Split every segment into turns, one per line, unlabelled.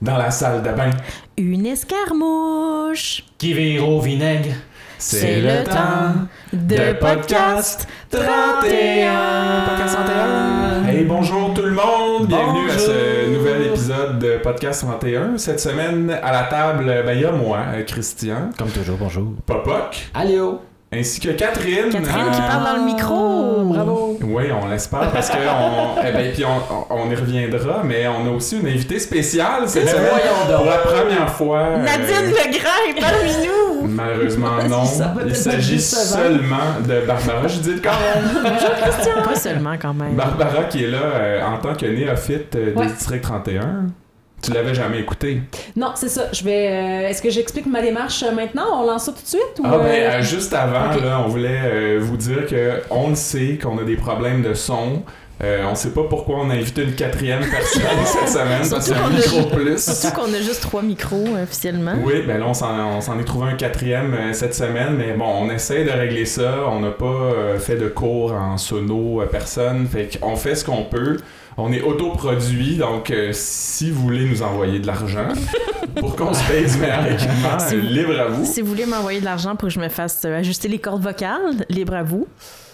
dans la salle de bain.
Une escarmouche.
Qui vire au vinaigre.
C'est le temps de podcast 31.
Podcast 31. Hey, bonjour tout le monde. Bienvenue à ce
Bonjour.
nouvel épisode de Podcast 31. Cette semaine, à la table, ben, il y a moi, euh, Christian,
Comme toujours, bonjour.
Popoc,
Allô?
ainsi que Catherine.
Catherine qui
Euh,
parle dans le micro.
Ah, Bravo!
Oui, on l'espère parce que on, eh ben, puis on, on y reviendra, mais on a aussi une invitée spéciale cette semaine
Voyons
pour
donc.
la première fois. euh,
Nadine Legrand est parmi nous.
Malheureusement non.
Ça va
Il
être
s'agit
décevant.
seulement de Barbara Judith Caron.
Pas seulement quand même.
Barbara qui est là euh, en tant que néophyte euh, de
Ouais.
District 31. Tu l'avais jamais écouté.
Non, c'est ça. Je vais. euh, Est-ce que j'explique ma démarche euh, maintenant On lance ça tout de suite ou
Ah ben
euh,
euh, juste avant
ok.
là, on voulait euh, vous dire que on le sait qu'on a des problèmes de son. Euh, on sait pas pourquoi on a invité une quatrième personne cette semaine parce qu'il y a un
qu'on a-
micro plus.
Surtout qu'on a juste trois micros euh, officiellement.
Oui, ben là, on s'en on s'en est trouvé un quatrième euh, cette semaine, mais bon, on essaie de régler ça. On n'a pas euh, fait de cours en sono à personne. Fait qu'on fait ce qu'on peut. On est autoproduit, donc euh, si vous voulez nous envoyer de l'argent pour qu'on se paye du meilleur équipement,
Si
euh,
vous-
libre à vous.
Si vous voulez m'envoyer de l'argent pour que je me fasse euh, ajuster les cordes vocales, libre à vous.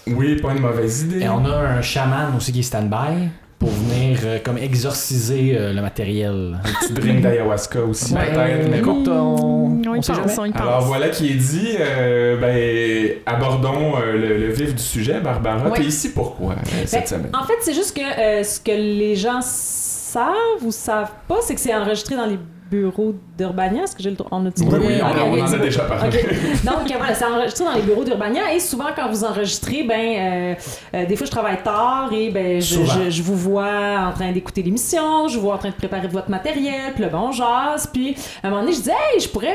Oui, pas une mauvaise idée.
Et on a un chaman aussi qui est stand-by pour venir euh, comme exorciser euh, le matériel.
Un petit drink d'ayahuasca aussi,
Ben,
Ben
peut-être. Mais bon.
écoute, on,
on y
on sait
pense,
jamais.
on y pense.
Alors voilà qui est dit. Euh, ben, abordons euh, le, le vif du sujet, Barbara.
Oui.
T'es ici pourquoi euh,
ben,
cette semaine?
En fait, c'est juste que euh, ce que les gens savent ou savent pas, c'est que c'est enregistré dans les bureaux d'Urbania. Est-ce que j'ai le droit On a dit
Oui, oui, on,
Ok,
on
oui,
en
c'est
a
bon.
déjà parlé.
euh, Ok. Donc, euh, voilà, c'est enregistré dans les bureaux d'Urbania et souvent, quand vous enregistrez, ben, euh, euh, des fois, je travaille tard et ben, je,
Souvent.
je- je vous vois en train d'écouter l'émission, je vous vois en train de préparer votre matériel, puis le bon jazz. Puis, à un moment donné, je dis, hey, je pourrais.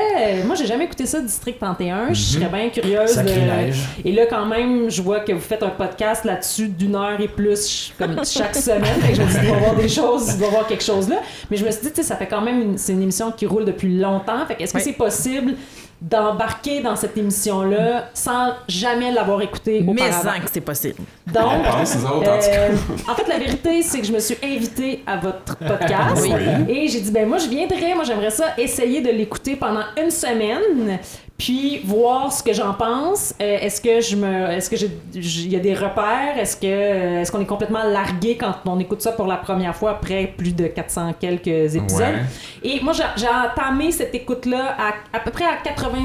euh, Moi, j'ai jamais écouté ça, District 31, je serais bien curieuse. de-
Sacrilège.
Et là, quand même, je vois que vous faites un podcast là-dessus d'une heure et plus, ch- comme chaque semaine. Fait que je me dis, il doit y avoir des choses, il doit y avoir quelque chose là. Mais je me suis dit, tu sais, ça fait quand même, une- c'est une émission qui roule depuis longtemps. Fait que est-ce que
Oui.
c'est possible d'embarquer dans cette émission-là sans jamais l'avoir écoutée
Mais
auparavant?
sans que c'est possible.
On
Donc,
pense, nous autres, en tout cas.
euh, en fait, la vérité, c'est que je me suis invitée à votre podcast
Oui.
et j'ai dit, ben moi, je viendrai, moi, j'aimerais ça essayer de l'écouter pendant une semaine, puis voir ce que j'en pense. Euh, est-ce que je me, est-ce que j'ai, j- il y a des repères? Est-ce que, euh, est-ce qu'on est complètement largué quand on écoute ça pour la première fois après plus de 400 quelques épisodes?
Ouais.
Et moi, j'ai- j'ai entamé cette écoute-là à, à peu près à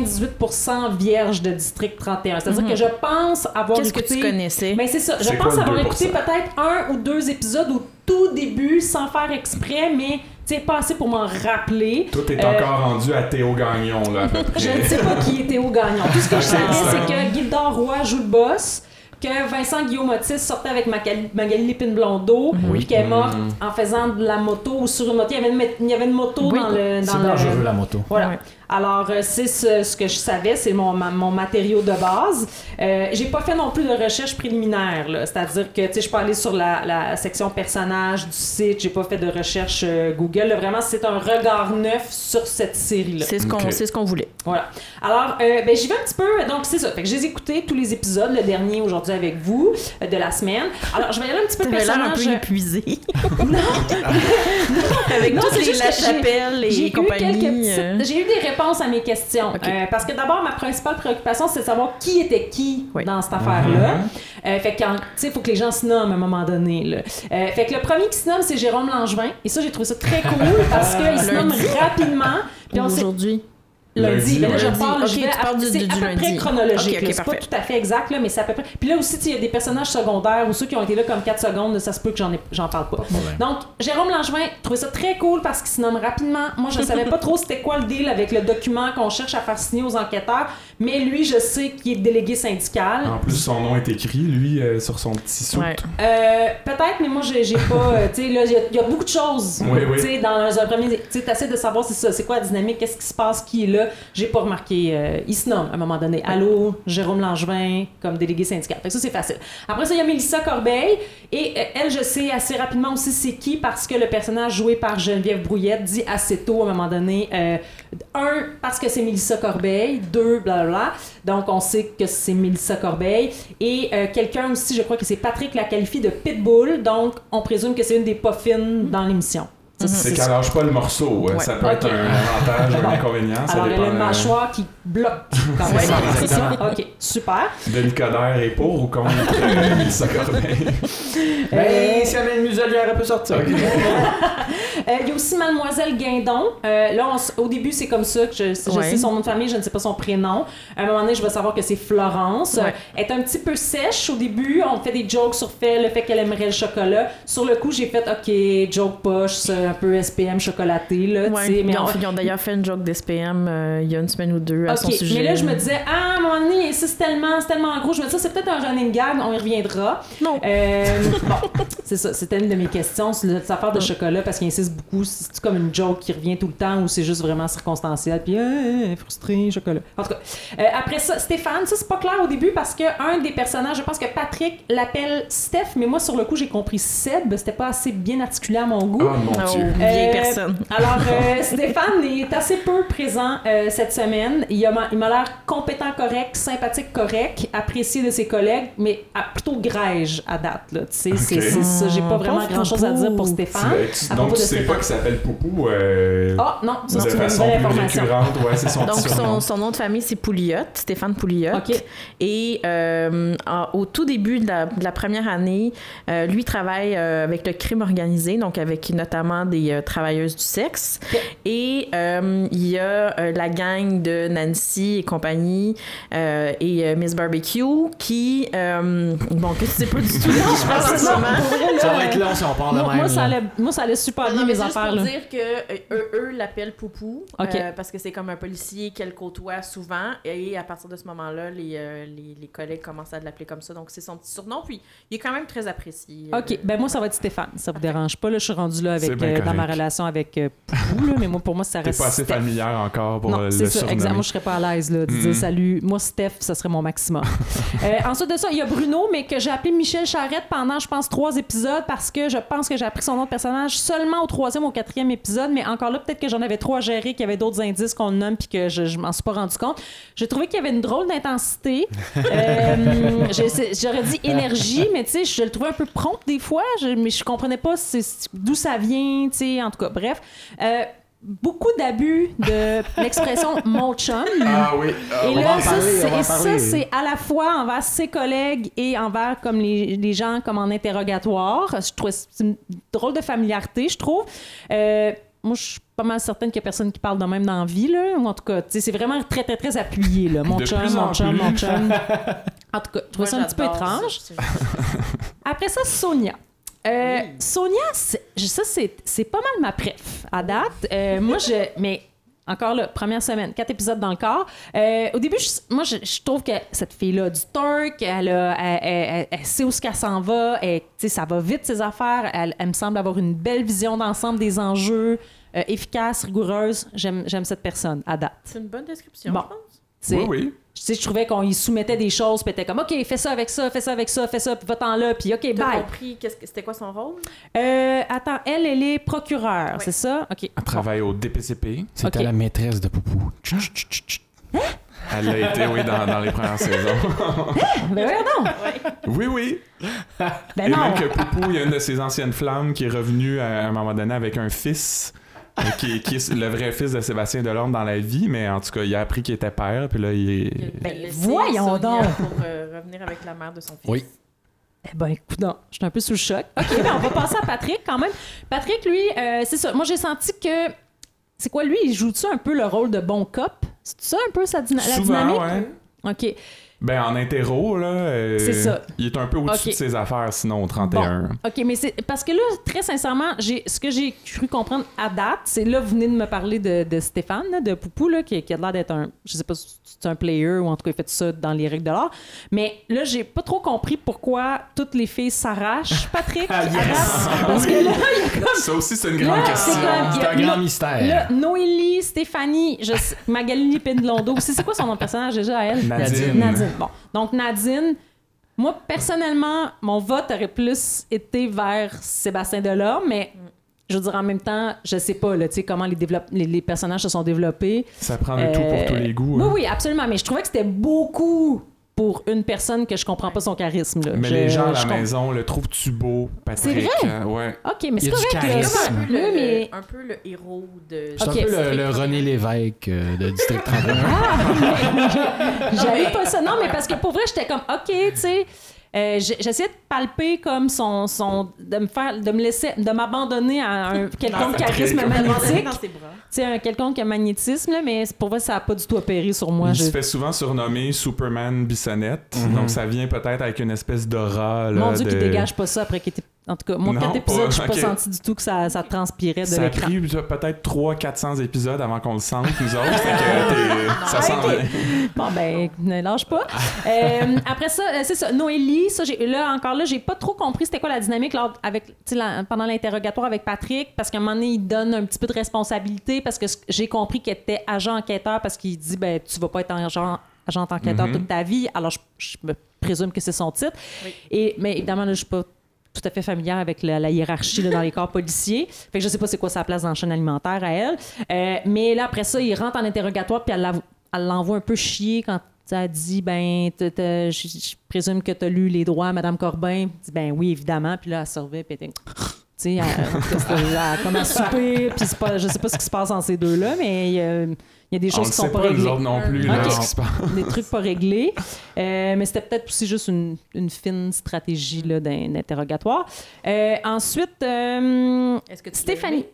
98% vierge de District 31. C'est-à-dire que je pense avoir
Qu'est-ce que
écouté...
tu connaissais?
Mais c'est ça. Je
C'est
pense
quoi le
avoir
2%?
écouté peut-être un ou deux épisodes au tout début sans faire exprès, mais tu sais, pas assez pour m'en rappeler.
Tout est
Euh,
encore rendu à Théo Gagnon, là, à peu près.
Je ne sais pas qui était au gagnant. Tout ce que je savais,
Ah.
c'est que Gildor Roy joue le boss. Que Vincent Guillaume Otis sortait avec Magali, Magali Lépine Blondeau, puis qu'elle est
Mm.
morte en faisant de la moto ou sur une moto. Il y avait une, il y avait une moto
Oui.
dans le.
C'est
dans le-
dangereux la moto.
voilà.
Ouais.
Alors, euh, c'est ce, ce que je savais, c'est mon, ma- mon matériau de base. Euh, j'ai pas fait non plus de recherche préliminaire, là. c'est-à-dire que tu sais, je peux aller sur la, la section personnage du site, j'ai pas fait de recherche euh, Google. là. Vraiment, c'est un regard neuf sur cette série-là.
C'est ce qu'on
Ok.
c'est ce qu'on voulait.
Voilà. Alors, euh, ben, j'y vais un petit peu. Donc, c'est ça. Fait que j'ai écouté tous les épisodes, le dernier aujourd'hui avec vous, euh, de la semaine. Alors, je vais y aller un petit peu
T'avais l'air un peu
personnage. euh,
épuisé. Avec
Non,
tous
c'est
les
juste que
La
j'ai-
Chapelle et
J'ai eu, quelques
compagnie.
petites-
euh,
j'ai eu des réponses à mes questions.
Ok.
Euh, parce que d'abord, ma principale préoccupation, c'est de savoir qui était qui
Oui.
dans cette affaire-là. Euh, fait que, en- tu sais, il faut que les gens se nomment à un moment donné. là. Euh, fait que le premier qui se nomme, c'est Jérôme Langevin. Et ça, j'ai trouvé ça très cool parce qu'il se nomme
Lundi.
rapidement. Puis on sait
Aujourd'hui.
lundi.
Lundi,
mais là, je
ouais.
parle,
Lundi.
je
Ok,
vais
tu parles
à,
du-
c'est
du-
à
du
peu près
lundi.
chronologique.
Ok, ok,
là. c'est pas
parfait.
tout à fait exact, là, mais c'est à peu près. Puis là aussi, tu sais, il y a des personnages secondaires ou ceux qui ont été là comme 4 secondes, ça se peut que j'en ai- j'en parle pas.
Pas de problème.
Donc, Jérôme Langevin trouvait ça très cool parce qu'il se nomme rapidement. Moi, je savais pas trop c'était quoi le deal avec le document qu'on cherche à faire signer aux enquêteurs, mais lui, je sais qu'il est délégué syndical.
En plus, son nom est écrit, lui, euh, sur son petit sou.
Ouais.
Euh, peut-être, mais moi, j'ai j'ai pas. euh, tu sais, là, il y a- il y, a beaucoup de choses.
Oui, oui.
Tu sais, dans un premier. Tu sais, t'essaies de savoir c'est ça, c'est quoi la dynamique, qu'est-ce qui se passe, qui est là. J'ai pas remarqué. euh, il se nomme à un moment donné. Allô, Jérôme Langevin, comme délégué syndical. Fait que ça, c'est facile. Après ça, il y a Mélissa Corbeil. Et euh, elle, je sais assez rapidement aussi c'est qui, parce que le personnage joué par Geneviève Brouillette dit assez tôt, à un moment donné, euh, un, parce que c'est Mélissa Corbeil, deux, blablabla. Donc, on sait que c'est Mélissa Corbeil. Et euh, quelqu'un aussi, je crois que c'est Patrick la qualifie de Pitbull. Donc, on présume que c'est une des pas fines dans l'émission. Ça,
Mhm.
C'est qu'elle lâche pas le morceau. hein.
Ouais.
Ça peut être
Ok.
un avantage, un inconvénient. Ça
Alors, elle
dépend
a une
euh,
mâchoire qui bloque quand même.
ça,
C'est ça.
exactement.
OK, super.
de Nicodère est pour ou contre euh, Mélissa Corbeil.
Euh,
Ben, si elle avait une muselière, elle peut sortir.
Euh, Il y a aussi Mademoiselle Guindon. Euh, là, on s- au début, c'est comme ça que je, je
Ouais.
sais son nom de famille, je ne sais pas son prénom. À un moment donné, je vais savoir que c'est Florence.
Ouais.
Euh, Elle est un petit peu sèche au début. On fait des jokes sur fait, le fait qu'elle aimerait le chocolat. Sur le coup, j'ai fait OK, joke poche, c'est un peu SPM chocolaté. Là, tu
Ouais,
sais, mais
ils, ont,
on-
ils ont d'ailleurs fait une joke d'SPM euh, il y a une semaine ou deux à son
Ok,
sujet.
mais là, je me disais, ah, à un moment donné, ça, c'est tellement, c'est tellement gros. Je me disais, c'est peut-être un running gag, on y reviendra.
Non.
Euh, bon, c'est ça, c'était une de mes questions, sur cette affaire de chocolat, parce qu'il insiste beaucoup. C'est comme une joke qui revient tout le temps ou c'est juste vraiment circonstanciel, puis euh, frustré, chocolat. En tout cas, euh, après ça, Stéphane, ça, c'est pas clair au début parce que un des personnages, je pense que Patrick l'appelle Steph, mais moi, sur le coup, j'ai compris Seb. C'était pas assez bien articulé à mon goût.
Oh mon
Oh,
dieu.
vieille
Euh,
personne.
Alors, euh, Stéphane est assez peu présent euh, cette semaine. Il a- il m'a l'air compétent, correct, sympathique, correct, apprécié de ses collègues, mais ah, plutôt grège à date. Là, tu sais, c'est,
Ok.
c'est ça. J'ai
Ah,
pas
Mmh,
vraiment
pauvre
grand-chose à dire pour
Poupou.
Stéphane.
Tu-
à
donc
propos
tu
de
sais
Stéphane.
pas qu'il s'appelle Poupou euh,
Ah non, ça,
de
c'est une
façon
nouvelle
plus
information.
récurrente. Ouais, c'est son
Donc,
petit
son,
surnom.
son nom de famille, c'est Pouliot, Stéphane Pouliot.
Ok.
Et euh, en- au tout début de la, de la première année, euh, lui travaille euh, avec le crime organisé, donc avec notamment des euh, travailleuses du sexe.
Ok.
Et euh, il y a euh, la gang de Nancy et compagnie euh, et euh, Miss Barbecue qui. euh, bon, que tu sais pas du tout de qui je
Ah,
parle en
c'est
ce
ça.
moment.
Pour vrai, là,
Ça va être long si on part de
Moi,
même.
moi, ça
là.
allait, moi, ça allait super bien,
Ah Non, mais
mes
juste
affaires.
pour
là.
dire que euh, eux, eux l'appellent Poupou,
Ok.
euh, parce que c'est comme un policier qu'elle côtoie souvent, et à partir de ce moment-là, les, euh, les, les collègues commencent à l'appeler comme ça, donc c'est son petit surnom, puis il est quand même très apprécié. euh,
OK, ben moi ça va être Stéphane, ça vous dérange pas là, je suis rendue là
C'est
avec
bien
euh, dans ma
correct.
relation avec euh, Poupou là, mais moi pour moi ça
T'es
reste
pas assez
Steph.
familière encore pour
non,
euh, le
c'est ça, exactement.
surnom.
Moi, je serais pas à l'aise là, de
Mm.
dire salut. Moi, Steph, ça serait mon maximum. Euh, ensuite de ça, il y a Bruno, mais que j'ai appelé Michel Charette pendant, je pense, trois épisodes parce que je pense que j'ai appris son nom de personnage seulement au troisième ou au quatrième épisode. Mais encore là, peut-être que j'en avais trop à gérer, qu'il y avait d'autres indices qu'on nomme puis que je, je m'en suis pas rendu compte. J'ai trouvé qu'il y avait une drôle d'intensité. Euh, j'ai- c'est- J'aurais dit énergie, mais tu sais, je le trouvais un peu prompt des fois, je, mais je comprenais pas c'est- c'est- d'où ça vient, tu sais, en tout cas, bref. Euh, beaucoup d'abus de l'expression mon chum.
Ah oui. ah
Et
oui.
là, ça,
parler, Euh, on
c'est-
va en
et ça,
parler.
c'est à la fois envers ses collègues et envers comme les, les gens comme en interrogatoire. Je trouve c'est une drôle de familiarité, je trouve. Euh, moi, je suis pas mal certaine qu'il y a personne qui parle de même dans la vie, là. Ou en tout cas, tu sais, c'est vraiment très, très, très appuyé, là. Mon
De
chum,
plus
mon
en
chum,
plus.
mon chum. En tout cas, je trouve
moi,
ça un petit peu
j'adore ça.
étrange.
C'est-
Après ça, Sonia. Euh, Sonia, c'est- je- ça, c'est c'est pas mal ma préf à date. Euh, moi, je. Mais encore là, première semaine, quatre épisodes dans le corps. Euh, au début, je- moi, je, je trouve que cette fille-là a du torque, elle, a- elle- elle- elle- elle sait où ce qu'elle s'en va, elle- tu sais, ça va vite ses affaires, elle, elle me semble avoir une belle vision d'ensemble des enjeux, euh, efficace, rigoureuse. J'aime j'aime cette personne à date.
C'est une bonne description,
Bon.
je pense.
Tu sais,
Oui, oui.
je, tu sais, je trouvais qu'on y soumettait des choses, puis elle était comme, OK, fais ça avec ça, fais ça avec ça, fais ça, puis va-t'en là, puis OK,
T'as
bye.
compris qu'est-ce que- c'était quoi son rôle?
Euh, attends, elle, elle est procureure,
Oui.
c'est ça? OK.
Elle travaille au DPCP.
C'était
Ok.
la maîtresse de Poupou. Tch, tch, tch, tch.
Elle l'a été, oui, dans, dans les premières saisons.
Ben voyons donc!
Oui, oui.
Ben
Et
non!
même que Poupou, il y a une de ses anciennes flammes qui est revenue à un moment donné avec un fils. euh, Qui, qui est le vrai fils de Sébastien Delorme dans la vie, mais en tout cas, il a appris qu'il était père, puis là, il est...
Il a
Ben,
laissé
voyons
Sonia
donc.
Pour euh, revenir avec la mère de son fils.
Oui.
Eh ben écoute, non, je suis un peu sous le choc. OK, ben on va passer à Patrick quand même. Patrick, lui, euh, c'est ça. Moi, j'ai senti que... C'est quoi, lui, il joue-tu un peu le rôle de bon cop? C'est ça un peu sa dyna- la dynamique?
Souvent, ouais.
OK.
Ben, en interro, là, euh,
C'est ça.
il est un peu au-dessus
Ok.
de ses affaires, sinon, au 31.
OK, mais c'est parce que là, très sincèrement, j'ai ce que j'ai cru comprendre à date, c'est là, vous venez de me parler de, de Stéphane, là, de Poupou, là, qui, qui a l'air d'être un, je sais pas si c'est un player ou en tout cas, il fait ça dans les règles de l'art. Mais là, j'ai pas trop compris pourquoi toutes les filles s'arrachent. Patrick, à date, parce que là, il y a comme
Ça aussi, c'est une grande
Là,
question.
c'est comme- il y
C'est
a-
un grand
là-
mystère.
Là, Noélie, Stéphanie, je sais- Magali Pindelondo aussi. C'est quoi son nom de personnage déjà à elle?
Nadine.
Nadine. Bon. Donc, Nadine, moi, personnellement, mon vote aurait plus été vers Sébastien Delorme, mais je veux dire, en même temps, je sais pas là, tu sais, comment les, développe- les, les personnages se sont développés.
Ça prend de tout
Euh,
pour tous les goûts.
Oui,
hein.
oui, absolument. Mais je trouvais que c'était beaucoup pour une personne que je comprends pas son charisme. là.
Mais
Je-
les gens à
je
la
comprends-
maison le trouvent-tu beau, Patrick?
C'est vrai?
Hein, Ouais.
Ok, mais
Il
c'est
y a du
correct. là.
charisme.
C'est comme un peu le,
Oui, mais-
un peu le héros de.
C'est
Ok,
un peu le,
District
le
31.
René Lévesque euh, de District 31.
J'avais pas ça. Non, mais parce que pour vrai, j'étais comme, OK, tu sais. euh, j'ai- j'essayais de palper comme son, son de me faire de me laisser de m'abandonner à un quelconque
Ah,
charisme
très
Elle m'a donné
magnétique
dans
tu
ses bras.
sais un quelconque magnétisme là, mais pour vrai ça a pas du tout opéré sur moi
il
je-
se fait souvent surnommer Superman Bissonnette, donc ça vient peut-être avec une espèce d'aura. là,
mon dieu
de...
qui dégage pas ça après qu'il était en tout cas mon
Non,
quatre épisodes
pas-
je n'ai
ok.
pas senti du tout que ça, ça transpirait de
Ça a
l'écran
pris peut-être 300-400 épisodes avant qu'on le sente, nous autres. fait que t'es- ça sent
Ah, Ok. Bon, ben, ne lâche pas. Euh, après ça, euh, c'est ça. Noélie, ça, j'ai- là, encore là, j'ai pas trop compris c'était quoi la dynamique lors- avec, tu sais, la- pendant l'interrogatoire avec Patrick, parce qu'à un moment donné, il donne un petit peu de responsabilité, parce que ce- j'ai compris qu'elle était agent enquêteur, parce qu'il dit, ben, tu vas pas être agent, agent enquêteur toute ta vie. Alors, je, je me présume que c'est son titre. Et, mais évidemment, là, je suis pas tout à fait familière avec la, la hiérarchie là, dans les corps policiers. Fait que je sais pas c'est quoi sa place dans la chaîne alimentaire à elle. Euh, mais là, après ça, il rentre en interrogatoire puis elle l'avo- elle l'envoie un peu chier quand elle dit ben t'as- t'as- je je présume que tu as lu les droits à Madame Corbin. Elle dit ben oui évidemment. Puis là elle se revêt puis elle était- tu sais, elle- en tout cas, c'était- elle commence à souper, puis c'est pas, je sais pas ce qui se passe dans ces deux-là, mais euh, il y a des
On
choses
le
qui sont
sait
pas
pas, nous
réglées
autres non plus, là,
Ok.
ce qui se passe.
des trucs pas réglés. Euh, mais c'était peut-être aussi juste une, une fine stratégie là, d'un interrogatoire. Euh, ensuite, euh,
Est-ce que tu l'as
Stéphanie.
aimé?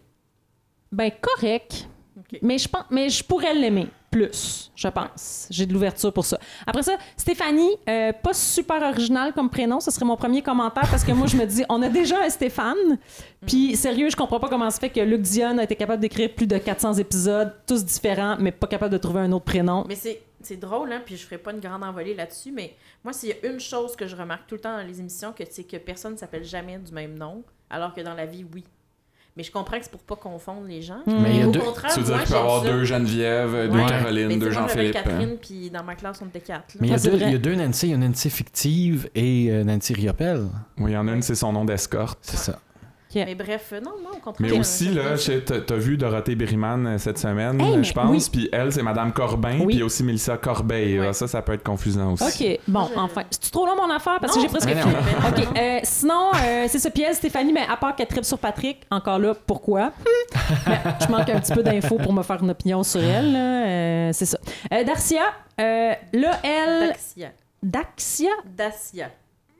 Ben, correct.
Ok.
Mais je pense, mais je pourrais l'aimer plus, je pense. J'ai de l'ouverture pour ça. Après ça, Stéphanie, euh, pas super original comme prénom, ce serait mon premier commentaire parce que moi je me dis, on a déjà un Stéphane.
Mm.
Puis sérieux, je comprends pas comment ça fait que Luc Dion a été capable d'écrire plus de 400 épisodes, tous différents, mais pas capable de trouver un autre prénom.
Mais c'est, c'est drôle, hein, puis je ferai pas une grande envolée là-dessus, mais moi, s'il y a une chose que je remarque tout le temps dans les émissions, que c'est que personne ne s'appelle jamais du même nom, alors que dans la vie, oui. Mais je comprends que c'est pour pas confondre les gens.
Mais il y a
Au
deux-
contraire,
Tu veux dire
moi,
qu'il peut
j'aime
avoir
ça.
deux Geneviève, deux
Ouais. Mais
Caroline, deux
c'est moi, je m'appelle
Jean-Philippe. hein?
Catherine, puis dans ma classe, on était quatre. là.
Mais il y, a
Ouais, c'est
deux,
vrai.
il y a deux Nancy, il y a Nancy fictive et euh, Nancy Riopelle.
Oui, il y en a une, c'est son nom d'escorte.
C'est ça.
Mais bref, euh, non, non, au contraire.
Mais aussi, là, je sais, t'as t'as vu Dorothée Berryman euh, cette semaine,
Hey,
euh,
mais
je pense.
oui.
Puis elle, c'est Madame Corbin,
Oui.
puis aussi Mélissa Corbeil.
Ouais.
Euh, Ça, ça peut être confusant aussi.
OK, bon,
Je-
enfin. C'est trop long mon affaire parce que
Non,
j'ai presque
mais non.
fini.
Mais non,
OK, euh, sinon, euh, c'est ce pièce, Stéphanie, mais à part qu'elle tripe sur Patrick, encore là, pourquoi? Hmm. Mais je manque un petit peu d'infos pour me faire une opinion sur elle. là. Euh, c'est ça. Euh, Darcia, euh, là, elle.
Daxia.
Daxia?
Dacia.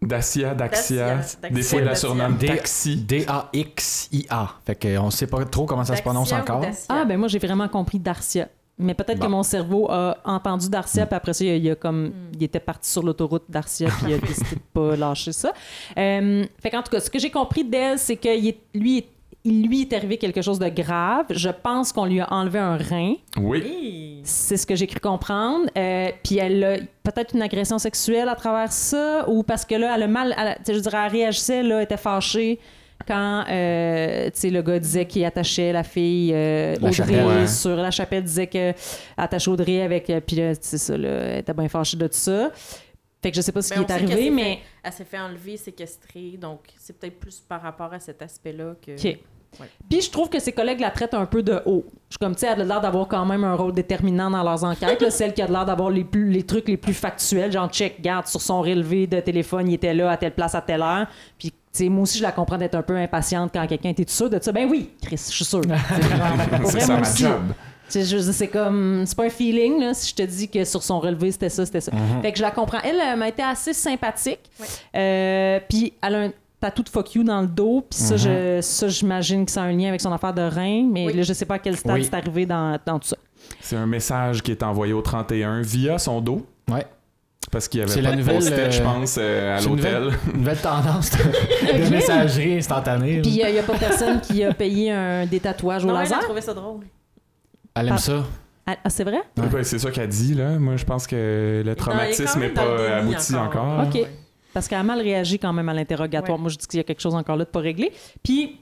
Dacia, Daxia.
Dacia, Daxia,
Des fois, il la
Dacia.
surnomme
D-
Taxi.
D-A-X-I-A. Fait qu'on sait pas trop comment ça se
Daxia
prononce
ou
encore.
Dacia?
Ah, ben moi, j'ai vraiment compris Darcia. Mais peut-être
Bon.
que mon cerveau a entendu Darcia, puis après ça, il a, il a comme. Il était parti sur l'autoroute Darcia, puis il a décidé de pas lâcher ça. Euh, fait qu'en tout cas, ce que j'ai compris d'elle, c'est que il est- lui, est- il lui est arrivé quelque chose de grave. Je pense qu'on lui a enlevé un rein.
Oui.
Hey.
C'est ce que j'ai cru comprendre. Euh, puis elle a peut-être une agression sexuelle à travers ça, ou parce que là, elle a mal. elle a- tu sais, je dirais, elle réagissait, là, elle était fâchée quand euh, tu sais, le gars disait qu'il attachait la fille euh,
La
Audrey
chapelle,
ouais.
sur la chapelle, disait que attache Audrey avec. euh, puis là, c'est ça, là, elle était bien fâchée de tout ça. Fait que je sais pas ce
Ben,
qui
on
est
sait
arrivé,
qu'elle
mais.
s'est fait- Elle s'est fait enlever, séquestrer, donc c'est peut-être plus par rapport à cet aspect-là que.
OK.
Ouais.
Puis je trouve que ses collègues la traitent un peu de haut. Je suis comme, tu sais, elle a l'air d'avoir quand même un rôle déterminant dans leurs enquêtes. là, celle qui a l'air d'avoir les, plus- les trucs les plus factuels, genre check, garde sur son relevé de téléphone, il était là à telle place, à telle heure. Puis, tu sais, moi aussi, je la comprends d'être un peu impatiente quand quelqu'un était sûr de ça. Ben oui, Chris, je suis sûre. C'est vraiment- Ah, ben, pour
C'est
vrai,
ça
moi
ma
aussi.
job.
Tu sais, je veux dire, c'est comme. C'est pas un feeling, là, si je te dis que sur son relevé, c'était ça, c'était ça. Fait que je la comprends. Elle, elle m'a été assez sympathique.
Ouais.
Euh, puis elle a un tatou de fuck you dans le dos. Puis ça, je- ça, j'imagine que ça a un lien avec son affaire de rein. Mais
Oui.
là, je sais pas à quel stade
Oui.
c'est arrivé dans, dans tout ça.
C'est un message qui est envoyé au 31 via son dos.
Ouais.
Parce qu'il y
C'est
avait
la
pas de
nouvelle,
post-it, je
euh,
pense, euh, à
C'est une
l'hôtel.
nouvelle- Une nouvelle tendance de, de messagerie instantanée. là.
Puis euh, il n'y a pas personne qui a payé un, des tatouages au
Non, elle a
laser.
trouvé ça drôle.
Elle aime ça.
Ah, ah, c'est vrai?
Ouais.
Ouais, c'est ça qu'elle dit, là. Moi, je pense que le traumatisme n'est
même dans le
pas
déni
abouti
encore.
encore.
OK. Parce qu'elle a mal réagi quand même à l'interrogatoire.
Ouais.
Moi, je dis qu'il y a quelque chose encore là de pas réglé. Puis,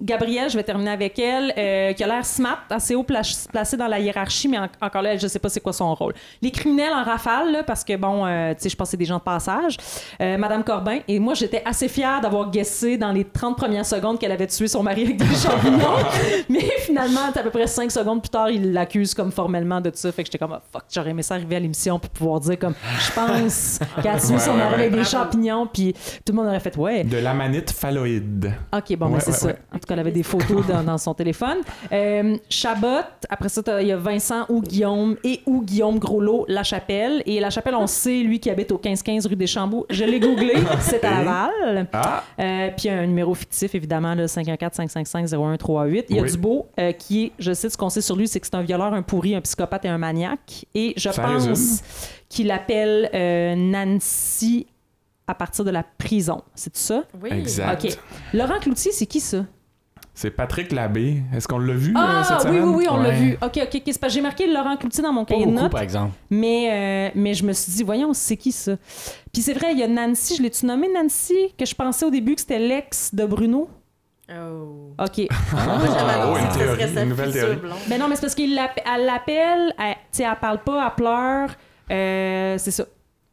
Gabrielle, je vais terminer avec elle, euh, qui a l'air smart, assez haut pla- placée dans la hiérarchie, mais en- encore là, je sais pas c'est quoi son rôle. Les criminels en rafale, là, parce que, bon, euh, tu sais, je pense que c'est des gens de passage. Euh, Madame Corbin, et moi, j'étais assez fière d'avoir guessé dans les 30 premières secondes qu'elle avait tué son mari avec des champignons. mais finalement, à peu près 5 secondes plus tard, il l'accuse comme formellement de tout ça. Fait que j'étais comme, Ah, fuck, j'aurais aimé ça arriver à l'émission pour pouvoir dire comme, je pense qu'à dessus,
Ouais,
on
ouais,
aurait
ouais.
des champignons, puis tout le monde aurait fait, ouais.
De l'amanite phalloïde.
Ok, bon,
Ouais,
ben, c'est
ouais,
ça.
ouais.
En tout cas, elle avait des photos dans, dans son téléphone. Euh, Chabot, après ça, t'as- il y a Vincent ou Guillaume et ou Guillaume Groslot La Chapelle. Et La Chapelle, on sait, lui, qui habite au 15-15 rue des Chambeaux. Je l'ai googlé, c'est à Laval.
Ah!
Euh, puis il y a un numéro fictif, évidemment, le 514-555-0138. Il y a
Oui.
Dubo, euh, qui est, je sais, ce qu'on sait sur lui, c'est que c'est un violeur, un pourri, un psychopathe et un maniaque. Et je
Ça
pense
résume.
qu'il appelle euh, Nancy à partir de la prison. C'est ça?
Oui.
Exact.
OK. Laurent Cloutier, c'est qui ça?
C'est Patrick Labbé. Est-ce qu'on l'a vu euh,
Ah
cette
oui,
semaine?
oui, oui, on l'a
Ouais.
vu. OK, OK, OK. C'est parce que j'ai marqué Laurent Cloutier dans mon
Pas
cahier de
beaucoup,
notes,
par exemple.
mais, euh, mais je me suis dit, voyons, c'est qui ça? Puis c'est vrai, il y a Nancy, je l'ai-tu nommée Nancy? Que je pensais au début que c'était l'ex de Bruno.
Oh.
OK.
Moi, j'avais
oh,
annoncé
une
que ça
théorie,
serait sa
une nouvelle
fissure
théorie.
blonde.
Mais non, mais c'est parce qu'elle l'appelle, elle, tu sais, elle parle pas, elle pleure. Euh, c'est ça.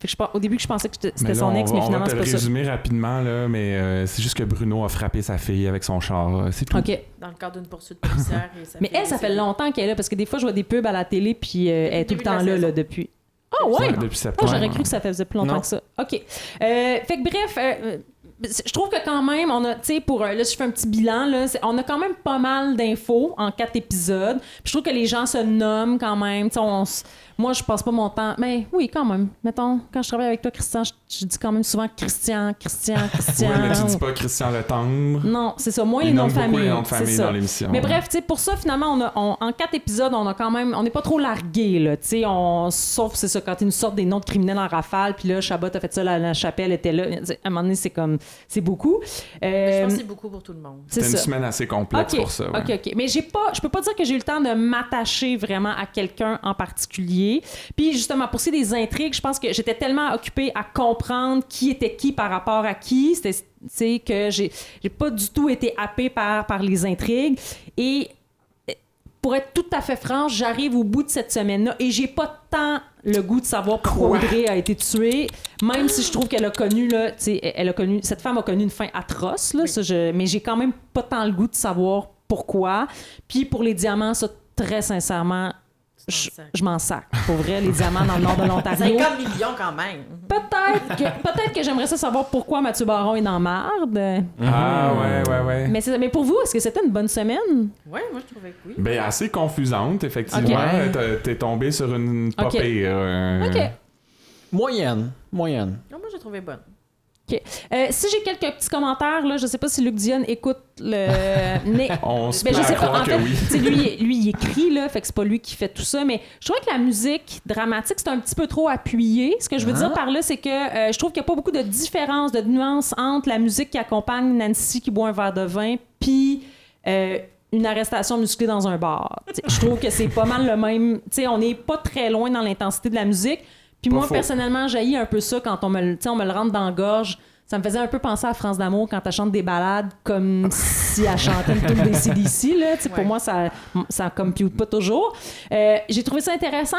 Fait que je, pens- au début, que je pensais que c'était
Mais
c'était
là,
son
on
ex,
va-
mais finalement,
On
c'est
va
pas
te le
ça.
résumer rapidement, là, mais euh, c'est juste que Bruno a frappé sa fille avec son char. euh, C'est tout.
OK.
Dans le cadre d'une poursuite policière. et
Mais elle, ça fait longtemps qu'elle est là, parce que des fois, je vois des pubs à la télé, puis euh, elle est tout le
Début de la
temps là,
saison.
là, depuis. Ah ouais?
Ouais, depuis
Ah,
septembre.
j'aurais cru que ça faisait plus longtemps
Non.
que ça. OK. Euh, fait que bref, euh, je trouve que quand même, on a, tu sais, pour, euh, là, je fais un petit bilan, là, c'est- on a quand même pas mal d'infos en quatre épisodes. Puis je trouve que les gens se nomment quand même. Tu sais, on s- moi, je passe pas mon temps. Mais oui, quand même. Mettons, quand je travaille avec toi, Christian, je, je dis quand même souvent Christian, Christian,
Ouais,
Christian.
mais tu
ou-
dis pas Christian Letambre.
Non, c'est ça. Moins
Il
les noms Mm. de
nomme beaucoup
famille.
les noms de
c'est
famille
ça.
dans l'émission.
Mais bref, tu sais, pour ça, finalement, on a- on- en quatre épisodes, on a quand même, on n'est pas trop largué, là, tu sais, on- sauf, c'est ça, quand ils nous sortent des noms de criminels en rafale, puis là, Chabot a fait ça, la, la chapelle était là, Tu sais, à un moment donné, c'est comme, c'est beaucoup. Euh,
Je pense que c'est beaucoup pour tout le monde.
c'est
C'était une
ça.
semaine assez complexe
Ok,
pour ça. ouais.
OK, OK. Mais j'ai pas, je peux pas dire que j'ai eu le temps de m'attacher vraiment à quelqu'un en particulier. Puis justement, pour ce qui est des intrigues, je pense que j'étais tellement occupée à comprendre qui était qui par rapport à qui, c'était, tu sais, que j'ai, j'ai pas du tout été happée par, par les intrigues. Et euh, pour être tout à fait franche, j'arrive au bout de cette semaine-là et j'ai pas tant le goût de savoir pourquoi Audrey a été tuée, même si je trouve qu'elle a connu là, tu sais, elle a connu, cette femme a connu une fin atroce là,
Oui.
ça, je- mais j'ai quand même pas tant le goût de savoir pourquoi. Puis pour les diamants, ça très sincèrement,
Tu t'en
je
sers.
je m'en sers. Pour vrai, les diamants dans le nord de l'Ontario.
50 millions quand même.
Peut-être que, peut-être que j'aimerais ça savoir pourquoi Mathieu Baron est dans marde.
Ah ouais, ouais, ouais.
Mais, c'est- mais pour vous, est-ce que c'était une bonne semaine?
Oui, moi, je trouvais que oui.
Ben, assez confusante, effectivement. Euh,
Ok.
T'as- T'es tombé sur une pas
Ok.
pire, euh,
OK.
Moyenne. Moyenne.
Non, moi, j'ai trouvé bonne.
OK. Euh, si j'ai quelques petits commentaires, là, je sais pas si Luc Dion écoute le. mais-
On se
Ben,
plaît
je
à
sais pas,
croire
en
que
fait,
oui.
tu sais, lui, lui, il écrit, là, fait que c'est pas lui qui fait tout ça, mais je trouvais que la musique dramatique, c'est un petit peu trop appuyé. Ce que je veux
Ah.
dire par là, c'est que euh, je trouve qu'il n'y a pas beaucoup de différence, de nuance entre la musique qui accompagne Nancy qui boit un verre de vin, puis euh, une arrestation musclée dans un bar. Tu sais, Je trouve que c'est pas mal le même. Tu sais, on n'est pas très loin dans l'intensité de la musique. Puis
Pas
moi,
faux.
personnellement, j'ai un peu ça quand on me, le- tu sais, on me le rentre dans la gorge. Ça me faisait un peu penser à France d'amour quand elle chante des balades comme si elle chantait une tune des CDC. Là. Tu sais, Pour
Ouais.
moi, ça ça compute pas toujours. Euh, j'ai trouvé ça intéressant,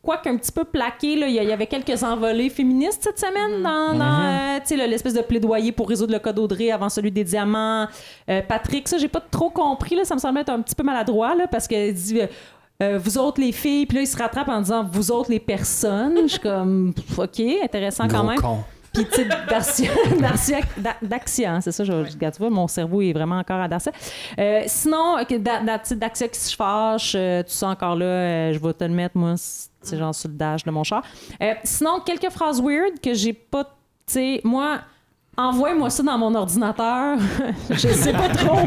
quoique un petit peu plaqué. là. Il y, a- il y avait quelques envolées féministes cette semaine dans, dans, euh, tu sais, le- l'espèce de plaidoyer pour résoudre le code Audrey avant celui des diamants. Euh, Patrick, ça, j'ai pas trop compris. Là. Ça me semblait être un petit peu maladroit là, parce qu'elle dit... euh, euh, vous autres les filles, puis là il se rattrape en disant vous autres les personnes. Je suis comme pff, ok, intéressant quand
Gros
même.
con.
Puis, tu sais, Darcia, Darcia- Da- Daxia, hein, c'est ça, je, je- regarde, tu vois, mon cerveau est vraiment encore à Darcia. Euh, sinon, euh, que Da- Da- tu sais, Daxia qui se fâche, euh, tu sais, encore là, euh, je vais te le mettre, moi, c'est genre sur le dash de mon char. Euh, sinon, quelques phrases weird que j'ai pas, tu sais, moi... Envoie-moi ça dans mon ordinateur. je sais pas trop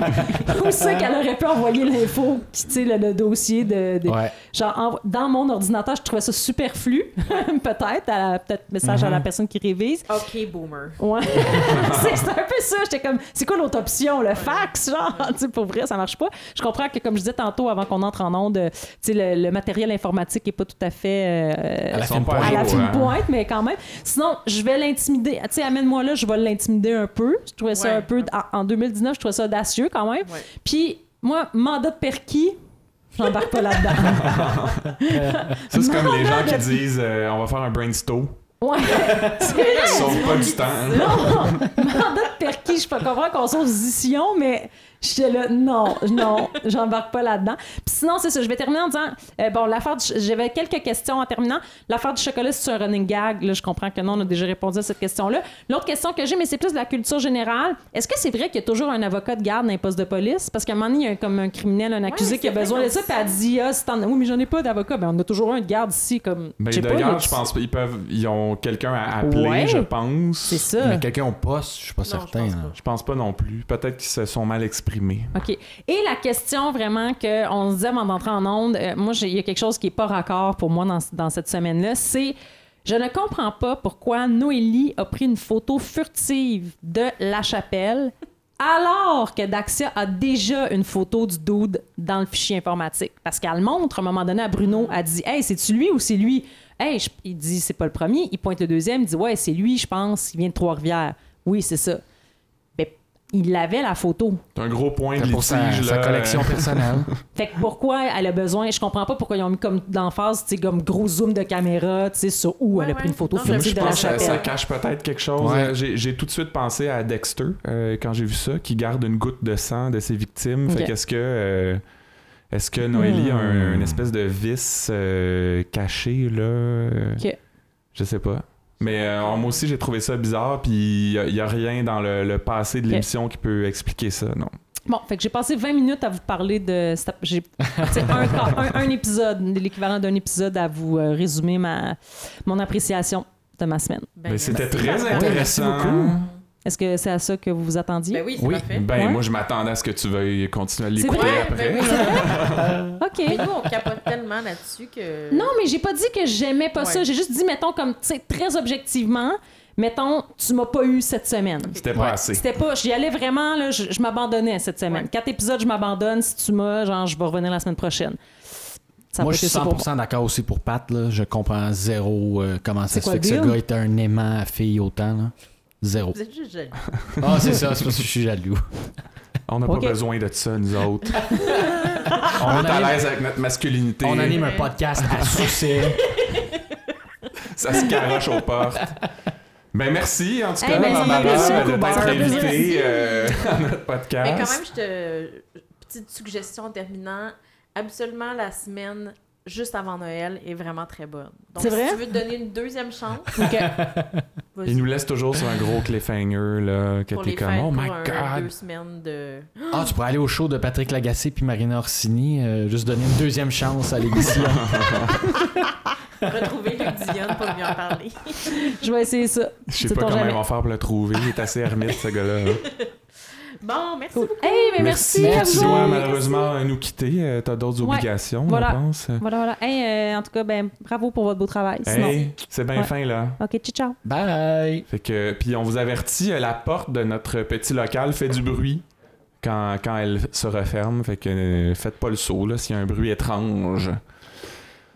où c'est qu'elle aurait pu envoyer l'info, tu sais, le, le dossier de, de-
Ouais.
Genre, en- dans mon ordinateur, je trouvais ça superflu, peut-être, à la- peut-être message à la personne qui révise.
OK, boomer.
Ouais. c'est c'est un peu ça. J'étais comme, c'est quoi l'autre option? Le fax, genre? Tu sais, pour vrai, ça marche pas. Je comprends que, comme je disais tantôt, avant qu'on entre en onde, euh, tu sais, le, le matériel informatique est pas tout à fait euh,
À la
Ils
fin
sont
de
pas
à la
jour,
fine
hein.
pointe, mais quand même. Sinon, je vais l'intimider. Tu sais, amène-moi là, je vais l'intimider un peu. Je trouvais ça
Ouais.
un peu. En en 2019, je trouvais ça audacieux quand même.
Ouais.
Puis, moi, mandat de perquis, j'embarque pas là-dedans.
Ça, c'est
Non,
comme les gens
non,
qui
mais-
disent euh, on va faire un brainstorm.
Ouais.
Ils sauvent pas du temps. hein.
Non, mandat de perquis, je peux comprendre qu'on sauve Zition, mais J'étais là, non, non, j'embarque pas là-dedans. Puis sinon, c'est ça, je vais terminer en disant, euh, bon, l'affaire du ch- j'avais quelques questions en terminant. L'affaire du chocolat, c'est un running gag. Là, je comprends que non, on a déjà répondu à cette question-là. L'autre question que j'ai, mais c'est plus de la culture générale. Est-ce que c'est vrai qu'il y a toujours un avocat de garde dans les postes de police? Parce qu'à un moment donné, il y a un- comme un criminel, un accusé
c'est
qui a
vrai
besoin de
qu'on
ça,
dit
puis elle dit, ah, si t'en as- oui, mais j'en ai pas d'avocat. Ben, on a toujours un de garde ici, comme.
Ben,
j'ai pas, là,
d'ailleurs,
tu-
je pense qu'ils peuvent. Ils ont quelqu'un à appeler,
Ouais.
je pense.
C'est ça.
Mais quelqu'un au poste, je suis pas
Non, je
certain.
pense
là.
pas.
Je pense pas non plus. Peut-être qu'ils se sont mal exprimés.
OK. Et la question vraiment qu'on se disait avant d'entrer en onde, euh, moi, j'ai- il y a quelque chose qui n'est pas raccord pour moi dans, dans cette semaine-là, c'est je ne comprends pas pourquoi Noélie a pris une photo furtive de La Chapelle alors que Daxia a déjà une photo du dude dans le fichier informatique. Parce qu'elle montre à un moment donné à Bruno, elle dit Hey, c'est-tu lui ou c'est lui Hey, je- il dit C'est pas le premier. Il pointe le deuxième, il dit Ouais, c'est lui, je pense, il vient de Trois-Rivières. Oui, c'est ça. Mais il avait la photo.
C'est un gros point de
Pour sa,
litige,
sa
là.
collection personnelle.
Fait que pourquoi elle a besoin, je comprends pas pourquoi ils ont mis comme d'emphase, tu sais, comme gros zoom de caméra, tu sais, sur où elle a
Ouais,
pris
ouais.
une photo
Non,
Puis moi,
furtive
je
de la
pense que ça, ça
chapelle.
cache peut-être quelque chose.
Ouais.
Euh, J'ai j'ai tout de suite pensé à Dexter euh, quand j'ai vu ça, qui garde une goutte de sang de ses victimes. Fait
Ok.
qu'est-ce que. euh, est-ce que Noélie a un-
Hmm.
une espèce de vice euh, caché, là euh,
Ok.
Je sais pas. Mais euh, moi aussi, j'ai trouvé ça bizarre, puis il n'y a, rien dans le, le passé de
Ok.
l'émission qui peut expliquer ça, non.
Bon, fait que j'ai passé 20 minutes à vous parler de. cette- J'ai c'est un, un- un épisode, l'équivalent d'un épisode à vous euh, résumer ma, mon appréciation de ma semaine.
Ben,
Mais c'était
merci.
très
merci
intéressant.
beaucoup.
Est-ce que c'est à ça que vous vous attendiez?
Ben oui, c'est
Oui.
parfait.
Ben,
Ouais.
moi, je m'attendais à ce que tu veuilles continuer à l'écouter
vrai?
après.
Ben oui, c'est vrai.
OK.
Mais nous, on capote tellement là-dessus que.
Non, mais j'ai pas dit que j'aimais pas
Ouais.
ça. J'ai juste dit, mettons, comme, tu sais, très objectivement, mettons, tu m'as pas eu cette semaine.
C'était pas
Ouais.
assez.
C'était pas, j'y allais vraiment, là, je, je m'abandonnais cette semaine.
Ouais.
Quatre épisodes, je m'abandonne. Si tu m'as, genre, je vais revenir la semaine prochaine. Ça
Moi,
peut
je suis
être ça pour
100% d'accord aussi pour Pat. Là. Je comprends zéro euh, comment ça
C'est
se
quoi
fait
le
que ce
deal?
gars est un aimant à filles autant. Là. Zéro.
Vous êtes juste jaloux.
Ah, c'est ça, c'est parce que je suis jaloux.
On n'a
Ok.
pas besoin de ça, nous autres. on, est
anime-
à l'aise avec notre masculinité.
On anime un podcast à succès.
Ça se caroche aux portes. Ben merci, en tout
Eh
cas,
ben,
Barbara,
merci
de
beaucoup,
t'être
Barbara.
invitée euh, à notre
Mais
podcast.
quand même, je te. Petite suggestion en terminant. Absolument, la semaine juste avant Noël est vraiment très bonne. Donc,
C'est vrai?
si tu veux te donner une deuxième chance, vas-y.
Il nous laisse toujours sur un gros cliffhanger, là, que
pour
t'es
les
comme,
fêtes,
oh my
pour un-
god.
deux semaines de...
Ah, tu pourrais aller au show de Patrick Lagacé puis Marina Orsini, euh, juste donner une deuxième chance à l'émission.
Retrouver Luc Dion pour lui en parler.
Je vais essayer ça.
Je sais
Sait-on
pas comment
jamais.
ils vont faire pour le trouver. Il est assez ermite, ce gars-là. hein.
Bon, merci
Cool.
beaucoup.
Hey, mais
Merci,
merci,
Tu
merci.
à vous.
dois malheureusement nous quitter. Euh, T'as d'autres
Ouais.
obligations,
Voilà.
je pense.
Voilà, voilà. Hey, euh, en tout cas, ben, bravo pour votre beau travail.
Hey, c'est bien
Ouais.
fin, là.
Sinon, OK, ciao, ciao.
Bye!
Fait que, puis on vous avertit, euh, la porte de notre petit local fait du bruit quand, quand elle se referme. Fait que euh, faites pas le saut, là, s'il y a un bruit étrange.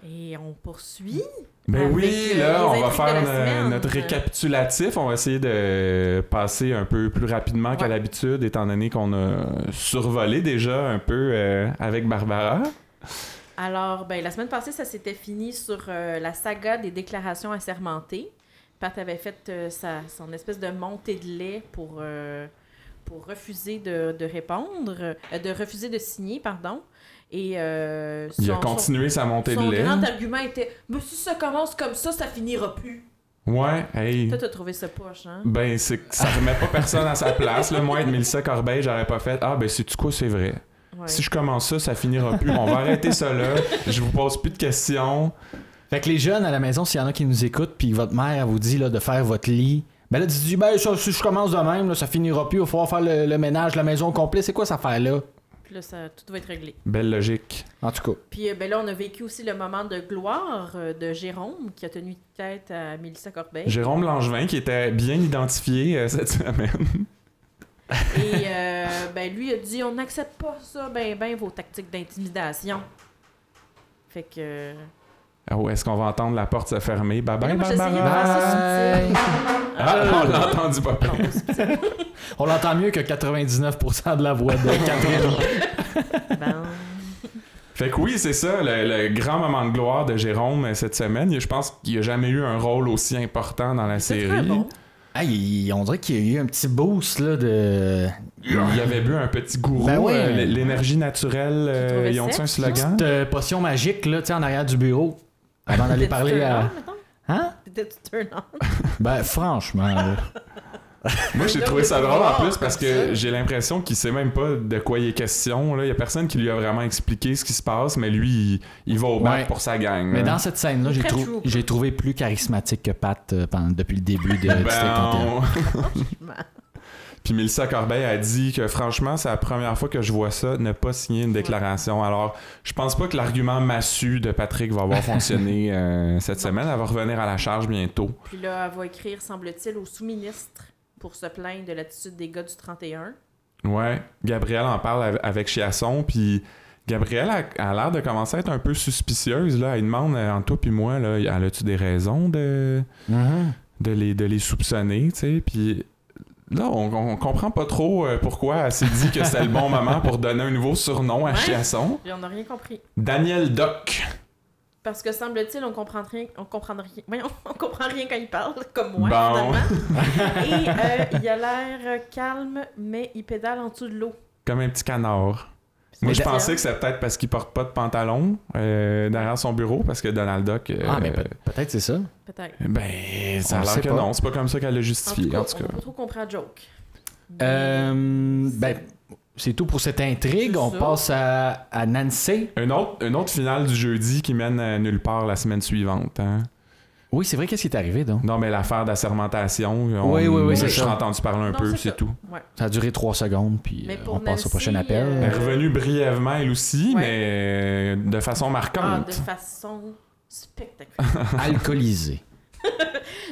Et on poursuit.
Ben
Avec,
oui,
euh,
là,
les
on va
intrigues de
faire
la
no-
semaine.
notre récapitulatif. On va essayer de passer un peu plus rapidement qu'à
Ouais.
l'habitude, étant donné qu'on a survolé déjà un peu euh, avec Barbara.
Alors, ben, la semaine passée, ça s'était fini sur euh, la saga des déclarations assermentées. Pat avait fait euh, sa, son espèce de montée de lait pour, euh, pour refuser de, de répondre, euh, de refuser de signer, pardon. Et euh,
Il a
son- son-
continué sa montée
son
de lait.
grand argument était Mais si ça commence comme ça, ça finira plus.
Ouais, hey.
Toi, t'as trouvé ça poche, hein?
Ben, c'est que ça remet pas personne à sa place. Là, moi, être Mélissa Corbeil, j'aurais pas fait Ah, ben, c'est-tu quoi, c'est vrai.
Ouais.
Ben, Si je commence ça, ça finira plus. On va arrêter ça là. Je vous pose plus de questions.
Fait que les jeunes à la maison, s'il y en a qui nous écoutent, puis votre mère, elle vous dit là, de faire votre lit, ben là, dis-tu, ben ça, si je commence de même, là, ça finira plus, il va falloir faire le, le ménage, la maison au complet. C'est quoi cette affaire-là?
Puis là, ça, tout va être réglé.
Belle logique.
En tout cas.
Puis euh, ben là, on a vécu aussi le moment de gloire euh, de Jérôme qui a tenu tête à Mélissa Corbeil.
Jérôme Langevin, qui était bien identifié euh, cette semaine.
Et euh, ben lui a dit on n'accepte pas ça, ben ben vos tactiques d'intimidation. Fait que euh,
Oh, est-ce qu'on va entendre la porte se fermer? Bye bye,
moi, j'essayais de
Barbara.
faire ça subtil.
Ah, on l'a entendu pas
Non, pas subtil.
On l'entend mieux que 99% de la voix de Catherine.
Bon.
Fait que oui, c'est ça, le, le grand moment de gloire de Jérôme euh, cette semaine. Je pense qu'il a jamais eu un rôle aussi important dans la
C'est
série.
très bon.
hey, on dirait qu'il y a eu un petit boost là, de.
Il avait bu un petit gourou,
Ben oui.
euh, l- l'énergie naturelle, euh,
trouvais
ils ont
sec,
un slogan?
Petite, euh, potion magique, là, tu sais, en arrière du bureau. Avant d'aller parler à. Hein?
Peut-être tu turn on.
Ben, franchement. euh,
Moi, j'ai
Là,
trouvé
vous
ça
êtes
drôle en
noir,
plus
comme
parce
ça.
que j'ai l'impression qu'il sait même pas de quoi il est question. là. Il y a personne qui lui a vraiment expliqué ce qui se passe, mais lui, il, il va au bac
Ouais.
pour sa gang. hein.
Mais
là.
dans cette
Il
scène-là,
est
j'ai
très
trou-
true.
j'ai trouvé plus charismatique que Pat euh, pendant- depuis le début de
Ben,
du spectacle.
on- Puis Mélissa Corbeil a dit que franchement, c'est la première fois que je vois ça, ne pas signer une déclaration. Alors, je pense pas que l'argument massu de Patrick va avoir fonctionné euh, cette semaine. Elle va revenir à la charge bientôt.
Puis là, elle va écrire, semble-t-il, au sous-ministre pour se plaindre de l'attitude des gars du 31.
Ouais, Gabrielle en parle av- avec Chiasson, puis Gabrielle a, a l'air de commencer à être un peu suspicieuse. Là. Elle demande, euh, entre toi puis moi, là, elle a-tu des raisons de,
Mhm.
de, les, de les soupçonner, tu sais? Puis là, on, on comprend pas trop euh, pourquoi elle s'est dit que c'était le bon moment pour donner un nouveau surnom à
Ouais.
Chiasson.
Puis on n'a rien compris.
Daniel Doc.
Parce que semble-t-il, on comprend rien, on comprend rien. Voyons, on comprend rien quand il parle, comme moi
Bon.
finalement. Et euh, il a l'air calme, mais il pédale en dessous de l'eau.
Comme un petit canard. Moi,
Mais
je
da-
pensais que c'était peut-être parce qu'il porte pas de pantalon euh, derrière son bureau, parce que Donald Duck. euh,
Ah, mais peut- peut-être c'est ça.
Peut-être.
ben, ça
On
a
le
l'air
sait
que
pas.
non, c'est pas comme ça qu'elle l'a
En
justifié,
tout cas,
en tout cas.
on n'a pas trop compris la joke.
Euh, ben, c'est tout pour cette intrigue.
C'est
On
ça.
passe à, à Nancy.
Une autre, une autre finale du jeudi qui mène à nulle part la semaine suivante. hein.
Oui, c'est vrai, qu'est-ce qui est arrivé, donc?
Non, mais l'affaire d'assermentation, on-
Oui, oui, oui,
j'ai
c'est
juste
ça.
entendu parler un
Non,
peu,
c'est
c'est
ça.
tout.
Ouais.
Ça a duré trois secondes, puis
Mais
euh,
pour
on passe
Nancy,
au prochain appel.
Elle
euh,
est revenue brièvement, elle aussi,
Ouais.
mais euh, de façon
Ah, de
marquante.
façon spectaculaire.
Alcoolisée.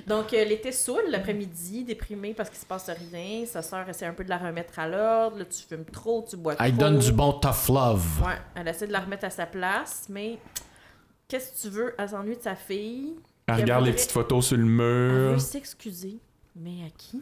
Donc, euh, elle était saoule l'après-midi, déprimée parce qu'il se passe rien. Sa sœur essaie un peu de la remettre à l'ordre. Là, tu fumes trop, tu bois trop.
Elle Ah, donne du bon tough love.
Ouais, elle essaie de la remettre à sa place, mais qu'est-ce que tu veux? Elle s'ennuie de sa fille.
Elle
Puis
regarde
elle
les
voudrait-
petites photos sur le
Elle
Euh.
mur.
veut s'excuser. Mais à qui?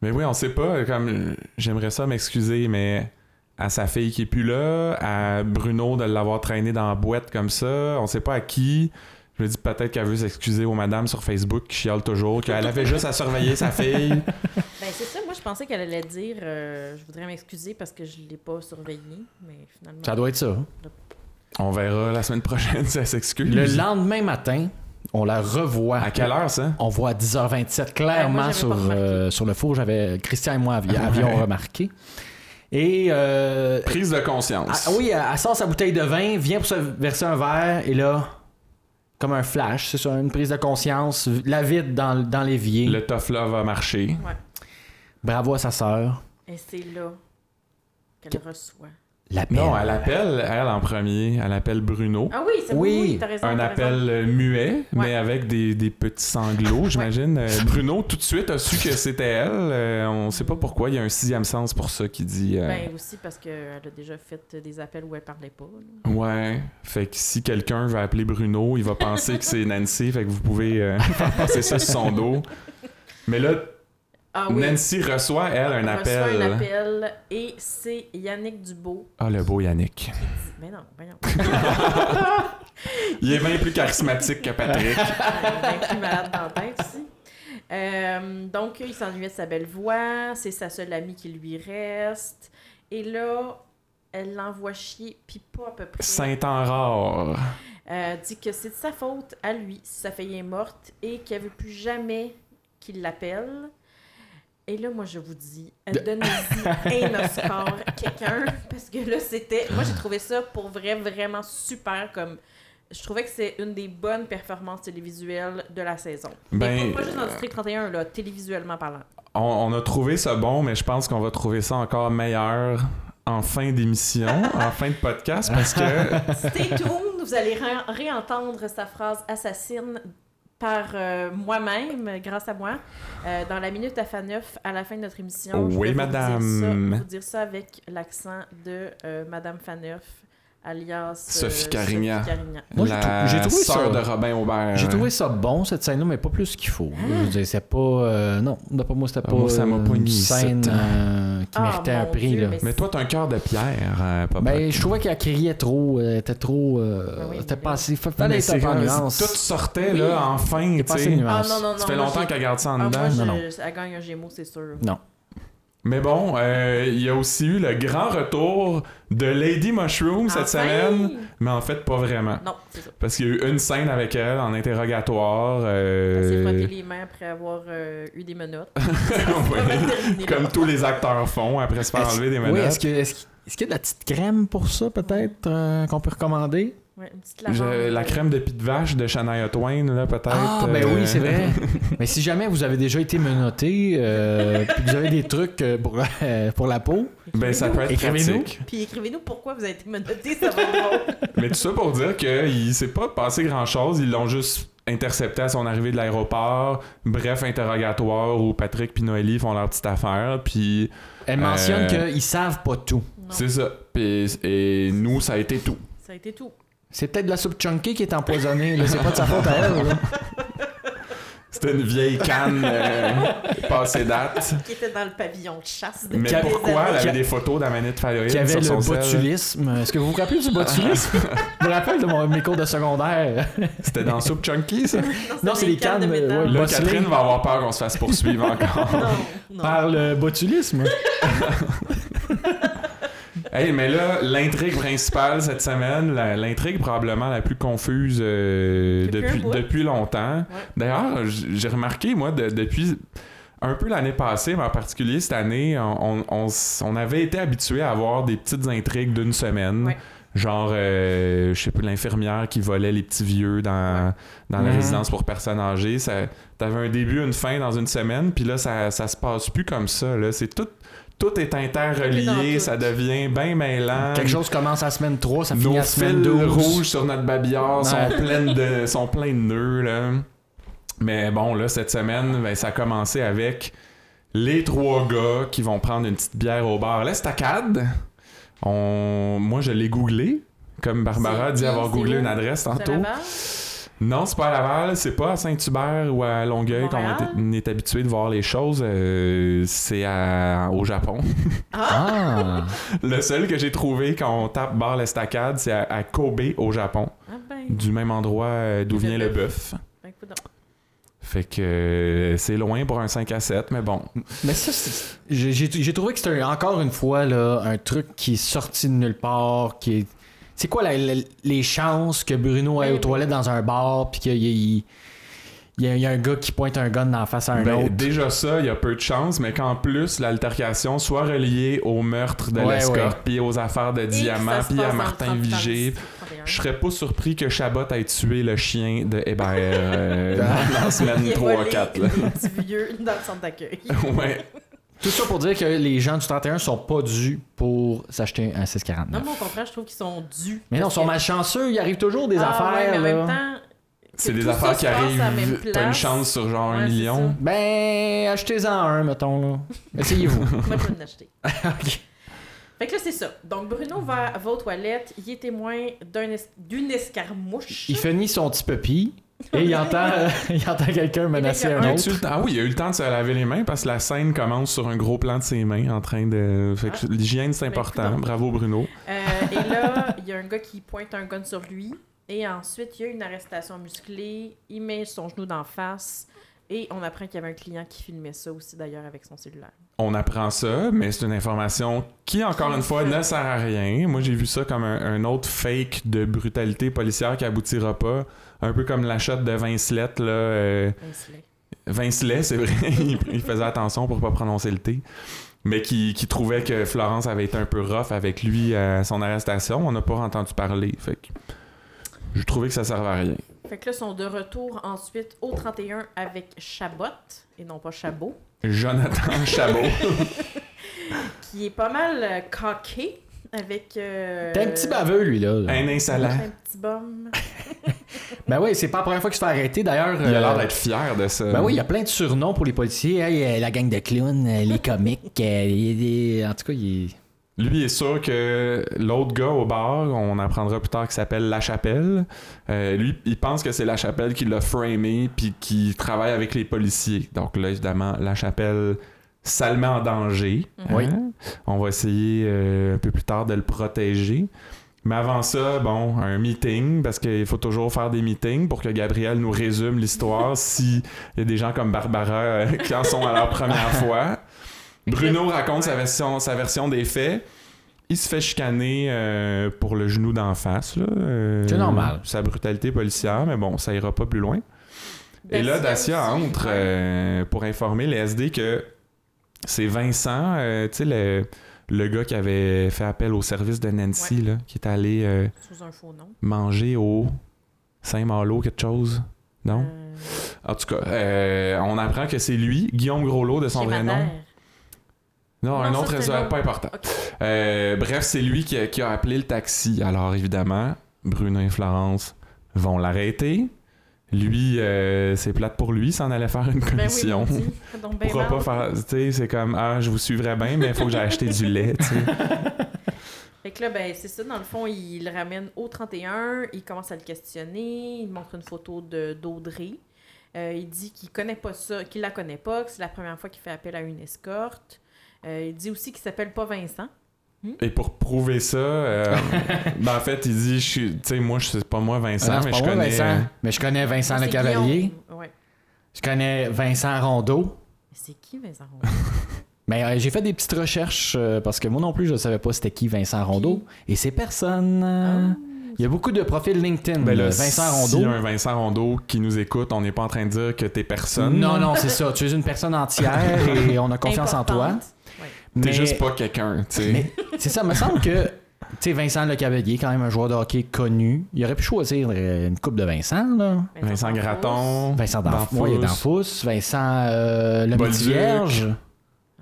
Mais oui, on sait pas. Comme euh, j'aimerais ça m'excuser, mais à sa fille qui est plus là, à Bruno de l'avoir traîné dans la boîte comme ça, on sait pas à qui. Je me dis peut-être qu'elle veut s'excuser aux madames sur Facebook qui chialent toujours, qu'elle avait juste à surveiller sa fille.
Ben, c'est ça. Moi, je pensais qu'elle allait dire euh, Je voudrais m'excuser parce que je ne l'ai pas surveillée. Mais finalement.
Ça doit être ça.
On verra la semaine prochaine si elle s'excuse.
Le lendemain matin, on la revoit.
À quelle heure ça?
On voit à 10h27
Ouais, moi,
clairement
j'avais
sur,
pas remarqué.
euh, sur le four. J'avais Christian et moi avi- avions remarqué. Et euh,
Prise de conscience.
ah, oui, elle elle sort sa bouteille de vin, vient pour se verser un verre et là, comme un flash, c'est ça, une prise de conscience, la vide dans, dans l'évier.
Le tough love a marché.
Ouais.
Bravo à sa sœur.
Et c'est là qu'elle reçoit.
L'appel.
Non, elle appelle, elle en premier, elle appelle Bruno.
Ah oui, c'est
Oui,
oui, t'as raison.
Un
t'as raison.
appel euh, muet,
Ouais.
mais avec des, des petits sanglots, j'imagine. Euh, Bruno, tout de suite, a su que c'était elle. Euh, on sait pas pourquoi. Il y a un sixième sens pour ça qui dit. euh,
Ben aussi parce qu'elle a déjà fait des appels où elle parlait pas. là.
Ouais. Fait que si quelqu'un va appeler Bruno, il va penser que c'est Nancy. Fait que vous pouvez euh, faire passer ça sur son dos. Mais là,
Ah oui.
Nancy reçoit, elle, un
elle reçoit
appel. hein.
un appel et c'est Yannick Dubo
Ah, le beau Yannick.
qui dit Mais non, mais non.
Il est bien plus charismatique que Patrick.
un petit malade dans la tête aussi. Euh, donc, il s'ennuyait de sa belle voix, c'est sa seule amie qui lui reste. Et là, elle l'envoie chier, puis pas à peu près.
saint rare.
Euh, dit que c'est de sa faute à lui si sa fille est morte et qu'elle veut plus jamais qu'il l'appelle. Et là, moi, je vous dis, elle donne un Oscar à quelqu'un parce que là, c'était. Moi, j'ai trouvé ça pour vrai vraiment super comme. Je trouvais que c'est une des bonnes performances télévisuelles de la saison. Et
Ben,
pas, pas juste dans le district 31, là, télévisuellement parlant.
On, on a trouvé ça bon, mais je pense qu'on va trouver ça encore meilleur en fin d'émission, en fin de podcast, parce que
Stay tuned, vous allez ré- réentendre sa phrase assassine par euh, moi-même, grâce à moi, euh, dans la minute à fa 9 à la fin de notre émission.
Oui,
Je vais vous
madame.
Dire ça, vous dire ça avec l'accent de euh, madame Faneuf, alias euh,
Sophie Carignan.
Sophie Carignan.
Moi, j'ai
la
trou- j'ai trouvé
sœur
ça-
de Robin Aubert.
J'ai trouvé ça bon cette scène-là, mais pas plus qu'il faut. Je veux dire, c'est pas. euh, non, d'après moi, c'était pas
Ah, Moi, ça m'a
euh,
pas
une
mis
scène
cette-
euh, qui
Ah,
méritait un
mon
prix.
Dieu,
là.
mais
Mais toi, t'as un cœur de pierre, euh, papa.
Ben, je trouvais qu'elle criait trop, elle était trop. euh,
Ah oui,
c'était
mais
pas
là-
assez. fa-
Mais
Fallait être
c'est
un peu en
comme-
nuance.
Tout sortait,
Oui.
là, enfin,
C'était
tu
pas assez
sais.
nuance.
Ah non, non, non.
Ça fait
moi,
longtemps
j'ai-
qu'elle garde ça en
Ah,
dedans.
moi,
Non,
je- Elle gagne un Gémeaux, c'est sûr.
Non.
Mais bon, euh, il y a aussi eu le grand retour de Lady Mushroom cette
Enfin!
semaine, mais en fait, pas vraiment.
Non, c'est ça.
Parce qu'il y a eu une scène avec elle en interrogatoire.
Elle s'est frottée
Euh...
les mains après avoir euh, eu des menottes.
ouais. Comme tous les acteurs font après se faire
Est-ce-
enlever des
Oui,
menaces.
est-ce que- est-ce qu'il est-ce qu'il y a de la petite crème pour ça, peut-être, euh, qu'on peut recommander?
Ouais, une petite
Je-
lavande. euh,
la crème de pit de vache de Shania Twain, là, peut-être.
Ah, ben
euh,
oui, c'est vrai. Mais si jamais vous avez déjà été menotté, euh, puis que vous avez des trucs euh, pour, euh, pour la peau,
Ben, ça peut être
Écrivez-nous.
pratique.
Puis écrivez-nous pourquoi vous avez été menotté, ça va être drôle.
Mais tout ça pour dire qu'il s'est pas passé grand-chose. Ils l'ont juste intercepté à son arrivée de l'aéroport. Bref, interrogatoire où Patrick puis Noélie font leur petite affaire. Puis
elle mentionne
Euh.
qu'ils savent pas tout.
Non,
c'est ça. Puis- et nous, ça a été tout.
ça a été tout.
C'est peut-être de la soupe chunky qui est empoisonnée, là. c'est pas de sa faute à elle. là.
C'était une vieille canne euh, passée date.
Qui était dans le pavillon de chasse. de
Mais
Qui-
pourquoi elle
qui-
avait des photos d'Amanette Fayoïde
Qui avait
sur son
le
sel?
botulisme. Est-ce que vous vous rappelez du botulisme? je me rappelle de mon, mes cours de secondaire.
C'était dans Soup Chunky, ça?
Non, c'est
des
les cannes,
de
mais
métal.
ouais,
Là,
Botulisme.
Catherine va avoir peur qu'on se fasse poursuivre encore.
Non, non.
Par le botulisme.
Hey, mais là, l'intrigue principale cette semaine, la- l'intrigue probablement la plus confuse euh,
Depuis
depuis,
un bout.
depuis longtemps. D'ailleurs, j- j'ai remarqué, moi, de- depuis un peu l'année passée, mais en particulier cette année, on, on- on s- on avait été habitué à avoir des petites intrigues d'une semaine.
Ouais.
Genre, euh, je sais pas, l'infirmière qui volait les petits vieux dans, dans la
Mhm.
résidence pour personnes âgées. Ça- T'avais un début, une fin dans une semaine, puis là, ça, ça se passe plus comme ça. là. C'est tout, tout est
Tout est dans
interrelié,
tout.
ça devient bien mêlant.
Quelque chose commence à semaine 3, ça finit
Nos
à semaine
fils
12.
rouges sur notre babillard sont,
Ouais.
pleins de, sont pleins de nœuds. Là. Mais bon, là, cette semaine, ben, ça a commencé avec les trois gars qui vont prendre une petite bière au bar. L'Estacade, on... moi, je l'ai googlé. Comme Barbara
C'est
dit
qui,
avoir
c'est
googlé
où?
une adresse
Ça
tantôt.
va?
Non, c'est pas à Laval, c'est pas à Saint-Hubert ou à Longueuil qu'on
Montréal?
est, on est habitué de voir les choses. euh, c'est à- au Japon.
Ah!
Le seul que j'ai trouvé quand on tape bar l'estacade, c'est à, à Kobe au Japon,
Ah ben,
du même endroit euh, d'où
Le
vient le
bœuf.
bœuf.
ben, coudonc.
Fait que euh, c'est loin pour un 5 à 7, mais bon.
Mais ça, c'est- j'ai- j'ai j'ai trouvé que c'était encore une fois là, un truc qui est sorti de nulle part, qui est... C'est quoi la- la- les chances que Bruno aille
Ben
aux
oui.
toilettes dans un bar puis qu'il y, ait- il y a- il y a un gars qui pointe un gun dans la face à un
Ben,
autre?
déjà ça, il y a peu de chance, mais qu'en plus l'altercation soit reliée au meurtre de
Ouais,
l'escorte, puis aux affaires de
Et que
Diamant,
ça se
puis
passe
à
dans le
Martin
centre
Vigé.
Paris,
Je serais pas surpris que Chabot ait tué le chien de Hébert euh, dans la
Il
semaine
a
3
volé
4. Là.
des petits vieux dans le centre d'accueil.
ouais.
Tout ça pour dire que les gens du 31 sont pas dus pour s'acheter un
Non,
649.
mais au contraire, je trouve qu'ils sont dus.
Mais non, ils
Parce
sont
que-
malchanceux, il arrive toujours des
Ah, ouais,
affaires.
mais en même
là.
temps,
C'est
que
des
tout ça
affaires
se
qui
passe à la
arrivent.
même
T'as une
place.
chance sur genre un
Ouais, c'est
million.
Ben, achetez-en un, mettons. là. Essayez-vous.
moi, je vais en acheter.
Ok.
Fait que là, c'est ça. Donc, Bruno va, va aux toilettes. Il est témoin d'un es- d'une escarmouche.
Il finit son petit puppy et il entend, il entend quelqu'un menacer
a
un
Il a
autre.
eu le temps- Ah oui, il a eu le temps de se laver les mains parce que la scène commence sur un gros plan de ses mains en train de. Fait
Ah.
que l'hygiène, c'est
Ben,
important.
coudonc.
Bravo, Bruno.
Euh, et là, il y a un gars qui pointe un gun sur lui. Et ensuite, il y a une arrestation musclée. Il met son genou d'en face. Et on apprend qu'il y avait un client qui filmait ça aussi, d'ailleurs, avec son cellulaire.
On apprend ça, mais c'est une information qui, encore une fois, ne sert à rien. Moi, j'ai vu ça comme un, un autre fake de brutalité policière qui aboutira pas. Un peu comme la shot de Vincelette, là. euh,
Insolent.
Vincelet, c'est vrai, il, il faisait attention pour pas prononcer le T, mais qui, qui trouvait que Florence avait été un peu rough avec lui à son arrestation. On n'a pas entendu parler. Fait que je trouvais que ça servait à rien.
Fait que là, ils sont de retour ensuite au 31 avec Chabot, et non pas Chabot,
Jonathan Chabot.
qui est pas mal euh, coqué avec. euh,
T'es un petit baveux, lui, là. là.
Euh, un insolent.
Un petit bum.
Ben oui, c'est pas la première fois qu'il se fait arrêter, d'ailleurs.
Il a l'air
euh,
d'être fier de ça.
Ben oui, il y a plein de surnoms pour les policiers. Hey, euh, la gang de clowns, euh, les comiques, euh, les- les- en tout cas, il est...
Lui il est sûr que l'autre gars au bar, on apprendra plus tard qu'il s'appelle La Chapelle, euh, lui, il pense que c'est La Chapelle qui l'a framé puis qui travaille avec les policiers. Donc là, évidemment, La Chapelle salement en danger. hein.
Oui.
On va essayer euh, un peu plus tard de le protéger. Mais avant ça, bon, un meeting, parce qu'il faut toujours faire des meetings pour que Gabriel nous résume l'histoire si il y a des gens comme Barbara euh, qui en sont à leur première fois. Bruno raconte sa, version, sa version des faits. Il se fait chicaner euh, pour le genou d'en face. là, euh,
C'est normal.
Sa brutalité policière, mais bon, ça ira pas plus loin. Et là,
Dacia
Dacia
aussi.
entre euh, pour informer les SD que c'est Vincent, euh, tu sais, le, le gars qui avait fait appel au service de Nancy, là, qui est allé euh,
Sous un faux nom.
manger au Saint-Malo, quelque chose. Non?
Euh,
En tout cas, euh, on apprend que c'est lui, Guillaume Groslo de son
Euh, Chez
vrai
Madère.
nom. Non,
Non,
un
ça,
autre
c'est
réseau,
un autre.
pas important.
Ok.
Euh, bref, c'est lui qui a, qui a appelé le taxi. Alors évidemment, Bruno et Florence vont l'arrêter. Lui, euh, c'est plate pour lui, s'en allait faire une
Ben oui,
commission.
maudit. Fais donc ben
Pourra
mal.
pas faire. Tu sais, c'est comme, ah, je vous suivrai bien, mais il faut que j'aille acheter du lait, tu sais.
Fait que là, ben, c'est ça, dans le fond, il le ramène au 31, il commence à le questionner, il montre une photo de- d'Audrey. Euh, il dit qu'il connaît pas ça, qu'il la connaît pas, que c'est la première fois qu'il fait appel à une escorte. Euh, il dit aussi qu'il s'appelle pas Vincent.
Et pour prouver ça, euh, ben, en fait, il dit, je suis- tu sais, moi, je- c'est pas moi, Vincent,
Ah non, c'est
mais
pas
je
moi,
connais. euh,
Vincent. Mais je connais
Ah,
Vincent Le Cavalier.
Ouais.
Je connais Vincent Rondeau.
C'est qui Vincent Rondeau?
Mais euh, j'ai fait des petites recherches euh, parce que moi non plus, je ne savais pas c'était qui Vincent Rondeau. Et c'est personne. euh, Il y a beaucoup de profils LinkedIn.
Ben là,
de Vincent
s'il y
Rondeau.
a un Vincent Rondeau qui nous écoute, on n'est pas en train de dire que t'es personne.
Non, non, c'est ça. Tu es une personne entière et on a confiance en toi.
Importante. Ouais.
T'es
Mais-
juste pas quelqu'un, tu sais.
Mais c'est ça, me semble que tu sais, Vincent Le Cavalier, quand même un joueur de hockey connu, il aurait pu choisir euh, une coupe de Vincent, là.
Vincent Gratton.
Vincent Danfous,
Danfous.
il est Danfous, Vincent euh, Le
Bolduc.
Vierge,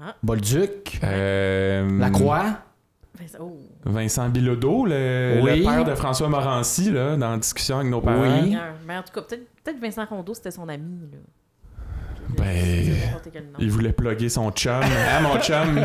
Ah.
Bolduc,
Euh,
Lacroix.
Vincent- oh.
Vincent Bilodeau, le,
Oui.
le père de François Morancy, là, dans la discussion avec nos parents.
Oui.
Seigneur. Mais en tout cas, peut-être peut-être Vincent Rondeau, c'était son ami. Là.
Ben,
C'est n'importe quel nom.
Il voulait plugger son chum. ah, mon chum!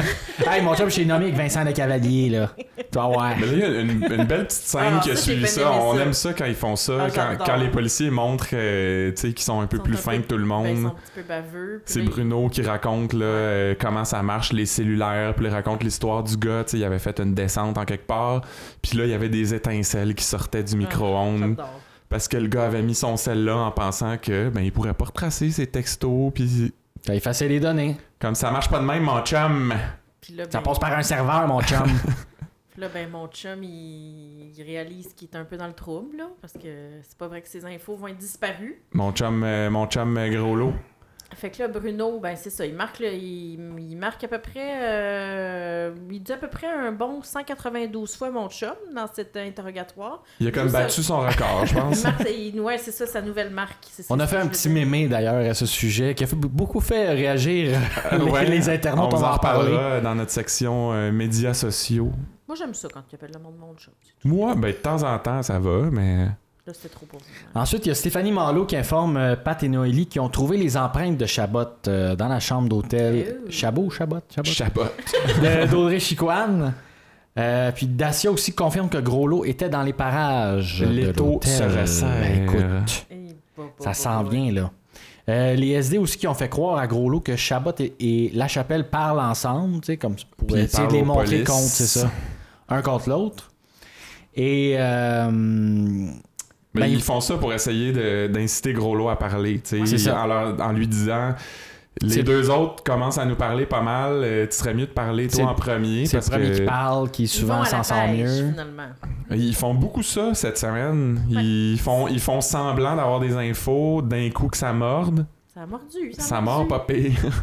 hey, mon job, je t'ai nommé avec Vincent Le Cavalier, là. Toi, ouais.
Mais là, il y a une, une belle petite scène
Ah,
qui a
ça,
suivi
j'ai bien
ça.
aimé
On
ça.
aime ça quand ils font ça,
Ah,
quand,
j'adore.
quand les policiers montrent euh, tu sais, qu'ils sont un peu
Ils sont
plus
un
fins
peu-
que tout le
Ben, ils sont
monde.
un petit peu baveux. puis
C'est
là,
Bruno qui raconte là, euh, comment ça marche, les cellulaires, puis il raconte l'histoire du gars. tu sais, Il avait fait une descente en quelque part, puis là, il y avait des étincelles qui sortaient du micro-ondes.
Ah, J'adore.
parce que le gars avait mis son cell là en pensant que ben il pourrait pas retracer ses textos puis
T'as effacé les données.
comme ça marche pas de même mon chum.
Puis là, ben,
Ça passe par un serveur, mon chum.
Puis là, ben, mon chum, il, il réalise qu'il est un peu dans le trouble, là, parce que c'est pas vrai que ses infos vont être disparues.
Mon chum euh, mon chum euh, gros lot.
Fait que là, Bruno, ben, c'est ça, il marque, là, il, il marque à peu près, euh, il dit à peu près un bon 192 fois mon chum dans cet interrogatoire.
Il a comme
C'est ça.
battu son record, je
Il
pense.
marque, il- ouais, c'est ça, sa nouvelle marque. c'est ça
On a
que
fait un
je
petit
veux dire.
mémé, d'ailleurs, à ce sujet, qui a fait beaucoup fait réagir les,
Ah Ouais.
les internautes.
On vous en
parler.
reparlera dans notre section euh, médias sociaux.
Moi, j'aime ça quand tu appelles le monde mon chum.
Moi, ben de temps en temps ça va, mais
Là, c'était trop pour vous. hein.
Ensuite, il y a Stéphanie Marlowe qui informe euh, Pat et Noélie qui ont trouvé les empreintes de Chabot euh, dans la chambre d'hôtel.
Ew.
Chabot ou Chabot? Chabot.
chapote.
De- D'Audrey Chicoine. Euh, puis Dacia aussi confirme que Groslo était dans les parages. de
L'étau
l'hôtel.
se resserre.
Ben, écoute,
Et bah, bah, bah,
ça sent
bah,
bien, là. Euh, les SD aussi qui ont fait croire à Groslo que Chabot et, et La Chapelle parlent ensemble, tu sais, comme pour
ils
essayer de
parlent
les
aux
montrer
polices.
contre, c'est ça. Un contre l'autre. Et euh,
Mais
Ben,
ils
il-
font ça pour essayer de- d'inciter Groslo à parler, tu
C'est
sais,
ça.
en, leur- en lui disant
C'est-
les deux autres commencent à nous parler pas mal, euh, tu serais mieux de parler
C'est-
toi en premier
c'est le
parce
premier
que
qui parle, qui
Ils
souvent
vont à la
s'en sort
pêche,
mieux.
Finalement.
Ils font beaucoup ça cette semaine. Ils font, ils font semblant d'avoir des infos d'un coup que ça morde.
Ça a mordu. Ça, a
Ça, mord
mordu.
pas pire.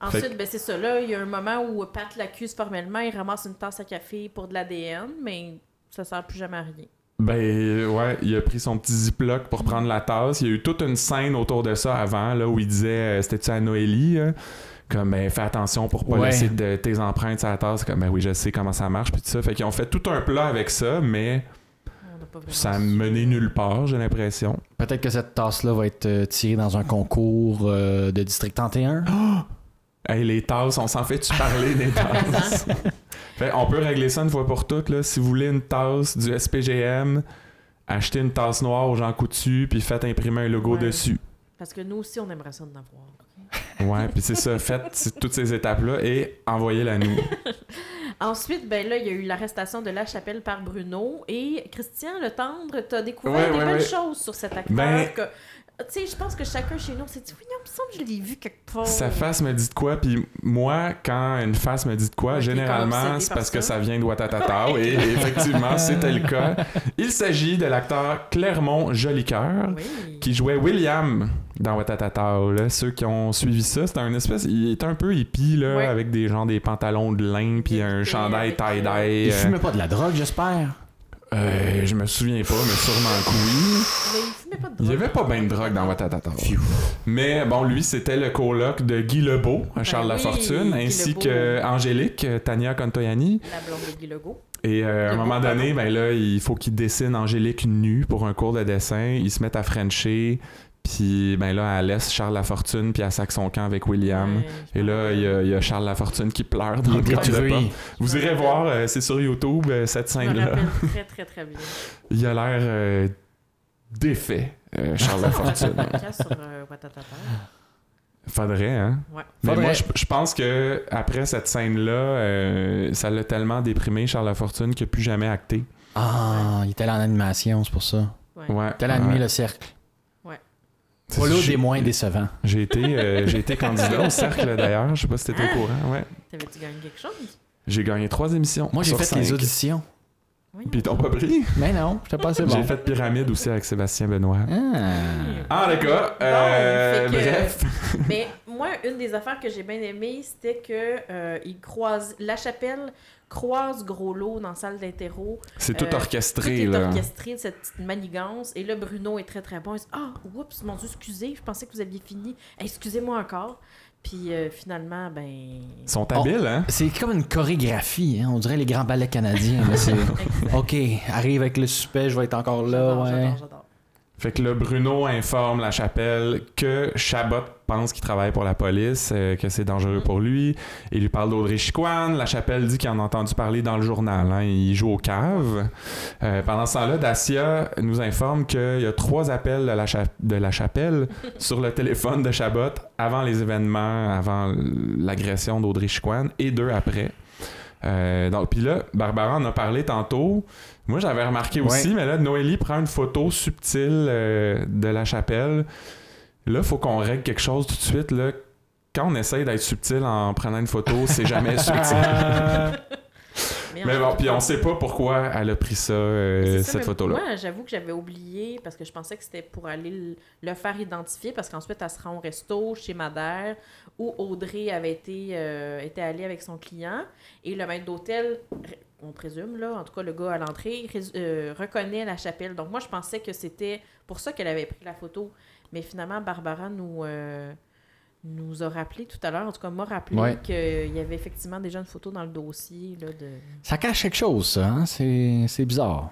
Ensuite,
Fait
ben, c'est ça. Là, il y a un moment où Pat l'accuse formellement. Il ramasse une tasse à café pour de l'ADN, mais ça sert plus jamais à rien.
ben ouais, il a pris son petit ziploc pour prendre la tasse. Il y a eu toute une scène autour de ça avant, là, où il disait euh, C'était-tu à Noélie hein? Comme, ben, fais attention pour pas
Ouais.
laisser de, tes empreintes sur la tasse. Comme, ben oui, je sais comment ça marche. Puis tout ça. Fait qu'ils ont fait tout un plat avec ça, mais
On n'a pas vraiment
ça a
su.
mené nulle part, j'ai l'impression.
Peut-être que cette tasse-là va être euh, tirée dans un concours euh, de District 31.
Hey, les tasses, on s'en fait-tu parler des tasses? Fait, on peut régler ça une fois pour toutes. Là. Si vous voulez une tasse du SPGM, achetez une tasse noire aux gens coutus, puis faites imprimer un logo
Ouais.
dessus.
Parce que nous aussi, on aimerait ça de l'avoir.
Ouais, puis c'est ça. Faites c- toutes ces étapes-là et envoyez-la nous.
Ensuite, ben là, il y a eu l'arrestation de La Chapelle par Bruno. Et Christian Le Tendre, t'as découvert
Ouais,
des
ouais,
belles
ouais.
choses sur cet acteur.
Ben,
que- tu sais, je pense que chacun chez nous, on s'est dit, oui, non, il me semble que je l'ai vu quelque part.
Sa face me dit de quoi, puis moi, quand une face me dit de quoi,
Ouais, t'es comme
généralement,
obsédé
c'est
par
parce que
ça.
ça vient de Ouattatata, et effectivement, c'était le cas. Il s'agit de l'acteur Clermont Jolicoeur,
Oui.
qui jouait William dans Watatata. Là. Ceux qui ont suivi ça, c'était un espèce. Il était un peu hippie, là,
Ouais.
avec des gens, des pantalons de lin, puis un
Et
chandail
avec, euh,
tie-dye.
Il
euh,
fumait pas de la drogue, j'espère.
euh, je me souviens pas, mais sûrement que oui.
Mais il fumait pas de
Il
drogue.
y avait pas bien de drogue dans Watatata. Mais bon, lui, c'était le coloc de Guy Lebeau, Charles
Ben oui,
Lafortune,
Guy
ainsi
Lebeau.
que Angélique, euh, Tania Contoyani.
La blonde de Guy Legault.
Et euh, à un
Lebeau,
moment donné, ben là, il faut qu'il dessine Angélique nue pour un cours de dessin. Ils se mettent à Frencher. Puis ben là, elle laisse Charles Lafortune, puis elle sac son camp avec William.
Ouais, je
Et là, il y, a- il y a Charles Lafortune qui pleure dans le
Il est
coin de la
détruit.
porte. Vous irez voir, euh, c'est sur YouTube, euh, cette
me
scène-là.
rappelle très, très, très bien.
Il a l'air euh, défait, euh, Charles Lafortune.
podcast sur euh, Watatata.
Faudrait, hein?
Ouais.
Mais
Faudrait.
moi, je, je pense que après cette scème-là, euh, ça l'a tellement déprimé, Charles Lafortune, qu'il n'a plus jamais acté.
Ah, il était allé en animation, c'est pour ça.
Ouais.
Ouais.
Il était allé animer
Ouais.
le cercle.
C'est-
Pas l'autre
j'ai-
des moins décevants.
J'ai été, euh, j'ai été candidat au cercle d'ailleurs, je sais pas si
Hein?
t'étais au courant. Ouais.
T'avais-tu gagné quelque chose?
J'ai gagné trois émissions.
Moi, j'ai
sur
fait les
cinq.
auditions.
Oui.
Puis ils t'ont pas pris.
Mais non, j'étais pas assez bon.
J'ai fait Pyramide aussi avec Sébastien Benoît.
Ah.
En tout cas, euh,
Bon, fait que-
bref.
Mais moi, une des affaires que j'ai bien aimées, c'était que euh, il croise la chapelle croise gros lot dans la salle d'interro.
C'est tout
Euh, Tout
orchestré,
est
là.
orchestré de cette petite manigance. Et là, Bruno est très très bon. Il dit Ah, oups, mon Dieu, excusez, je pensais que vous aviez fini. Eh, Excusez-moi encore. Puis euh, finalement, ben.
Ils sont habiles, hein?
C'est comme une chorégraphie, hein. on dirait les grands ballets canadiens. là, c'est-
Exact.
ok, arrive avec le suspect, je vais être encore là.
J'adore,
Ouais.
j'adore, j'adore.
Fait que là, Bruno informe la chapelle que Chabot pense qu'il travaille pour la police, euh, que c'est dangereux pour lui. Il lui parle d'Audrey Chicoine. La chapelle dit qu'il en a entendu parler dans le journal. hein. Il joue aux caves. Euh, pendant ce temps-là, Dacia nous informe qu'il y a trois appels de la, cha- de la chapelle sur le téléphone de Chabot avant les événements, avant l'agression d'Audrey Chicoine et deux après. Euh, donc, puis là, Barbara en a parlé tantôt. Moi, j'avais remarqué
Ouais.
aussi, mais là, Noélie prend une photo subtile euh, de la chapelle. Là, faut qu'on règle quelque chose tout de suite. Là. Quand on essaye d'être subtil en prenant une photo, c'est jamais subtil.
Ah.
Mais
en
bon,
tout
puis
cas,
on sait pas pourquoi elle a pris ça, euh,
C'est ça,
cette
mais
photo-là.
Moi, j'avoue que j'avais oublié parce que je pensais que c'était pour aller le- le faire identifier parce qu'ensuite, elle se rend au resto chez Madère où Audrey avait été euh, était allée avec son client et le maître d'hôtel, ré- on présume, là, en tout cas, le gars à l'entrée, rés- euh, reconnaît la chapelle. Donc, moi, je pensais que c'était pour ça qu'elle avait pris la photo. Mais finalement, Barbara nous. euh, nous a rappelé tout à l'heure, en tout cas m'a rappelé
Ouais.
qu'il y avait effectivement déjà une photo dans le dossier là, de...
Ça cache quelque chose, ça. hein. C'est c'est bizarre.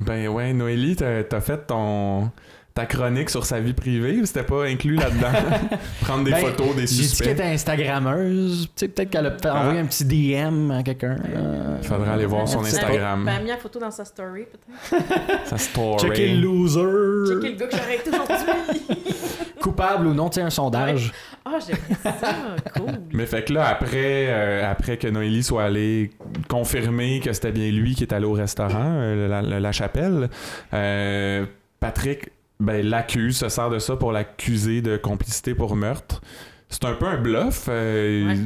Ben ouais, Noélie, t'as t'as fait ton ta chronique sur sa vie privée, ou c'était pas inclus là-dedans. Prendre des
Ben,
photos des
J'ai dit qu'elle
suspects. Ah.
était Instagrammeuse. Tu sais, peut-être qu'elle a peut- envoyé un petit DM à quelqu'un. là.
Faudrait aller voir son
Elle-
Instagram.
Ben, Elle a mis la photo dans sa story, peut-être.
Sa story.
Checker le loser.
Checker le gars que j'arrête aujourd'hui.
Coupable ou non, tu sais, un sondage.
Ah, j'aimerais ça. Cool.
Mais fait que là, après, euh, après que Noélie soit allée confirmer que c'était bien lui qui est allé au restaurant, euh, la, la- la chapelle, euh, Patrick ben, l'accuse, se sert de ça pour l'accuser de complicité pour meurtre. C'est un peu un bluff. euh,
Ouais.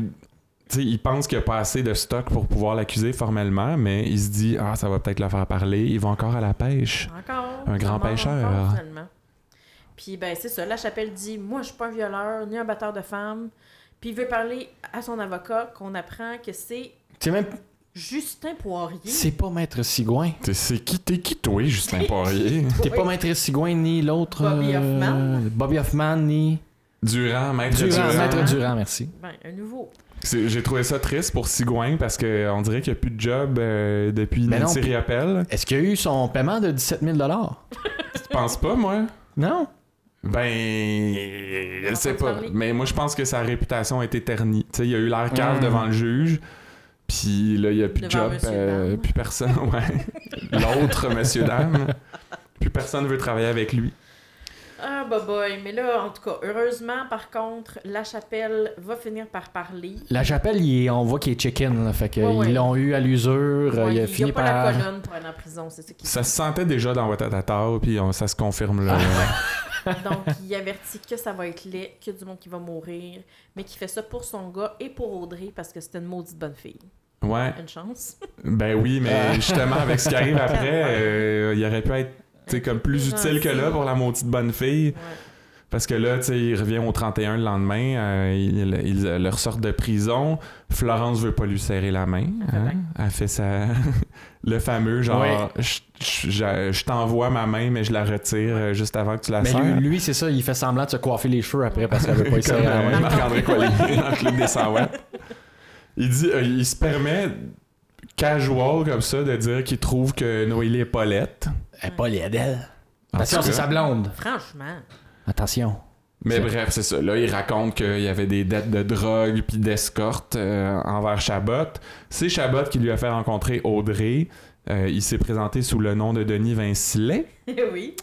tu sais, Il pense qu'il n'y a pas assez de stock pour pouvoir l'accuser formellement, mais il se dit Ah, ça va peut-être le faire parler. Il va encore à la pêche.
Encore.
Un grand
ça manque
pêcheur. hein.
encore, finalement. Puis, ben, c'est ça. La chapelle dit Moi, je suis pas un violeur, ni un batteur de femmes. Puis, il veut parler à son avocat qu'on apprend que c'est
C'est même.
Justin Poirier.
C'est pas Maître Sigouin.
T'es- C'est qui T'es qui, toi, Justin Poirier
T'es pas
Oui.
Maître Sigouin ni l'autre.
Bobby
euh,
Hoffman.
Bobby Hoffman ni.
Durant, maître
Durand,
Durand.
Maître Durand, merci.
Ben, un nouveau.
C'est- J'ai trouvé ça triste pour Sigouin parce qu'on dirait qu'il n'y a plus de job euh, depuis
Mais
Nancy
Ben non, puis-
Riopelle.
Est-ce qu'il y a eu son paiement de 17 000
Tu penses pas, moi?
Non?
Ben, je
On
sais
entend
pas.
parler.
Mais moi, je pense que sa réputation est éternie. Tu sais, il a eu l'air cave
Mm.
devant le juge, puis là, il n'y a plus de
Devant
job,
Monsieur
euh,
Dame.
plus personne. ouais. L'autre, monsieur dame. Plus personne veut travailler avec lui.
Ah, bah, boy. Mais là, en tout cas, heureusement, par contre, la chapelle va finir par parler.
La chapelle, il est- on voit qu'il est chicken. là, fait que
Ouais, ouais.
Ils l'ont eu à l'usure.
Ouais,
il
il
a
y
fini
a pas
par.
la colonne pour aller en prison, c'est ça qui
Ah,
Ça se sentait déjà dans Watatata, puis on- ça se confirme là.
Donc, il avertit que ça va être laid, que du monde qui va mourir, mais qui fait ça pour son gars et pour Audrey parce que c'était une maudite bonne fille.
Ouais,
Une chance.
ben oui,
Ah.
mais justement, avec ce qui arrive après,
Ouais.
euh, il aurait pu être t'sais, comme plus utile que là pour la maudite bonne fille.
Ouais.
Parce que là, tu sais, il revient au 31 le lendemain, euh, il, il, euh, le ressort de prison. Florence veut pas lui serrer la main.
Ah,
Elle fait
hein.
bien.
ben.
Elle fait sa... le fameux genre, je, je- je- je t'envoie ma main, mais je la retire euh, juste avant que tu la
Mais
serres.
lui, lui, c'est ça, il fait semblant de se coiffer les cheveux après parce qu'elle veut pas
Comme,
essayer.
euh,
avant.
Marc-André Coilier dans le club des 100 watts. Il dit, euh, il se permet casual comme ça de dire qu'il trouve que Noélie est pas laite.
Elle est pas laide, elle.
En
Attention,
tout
c'est
cas.
sa blonde.
Franchement.
Attention.
Mais
C'est-
bref, c'est ça. Là, il raconte qu'il y avait des dettes de drogue puis d'escorte euh, envers Chabot. C'est Chabot qui lui a fait rencontrer Audrey. Euh, il s'est présenté sous le nom de Denis Vincilet.
Eh oui.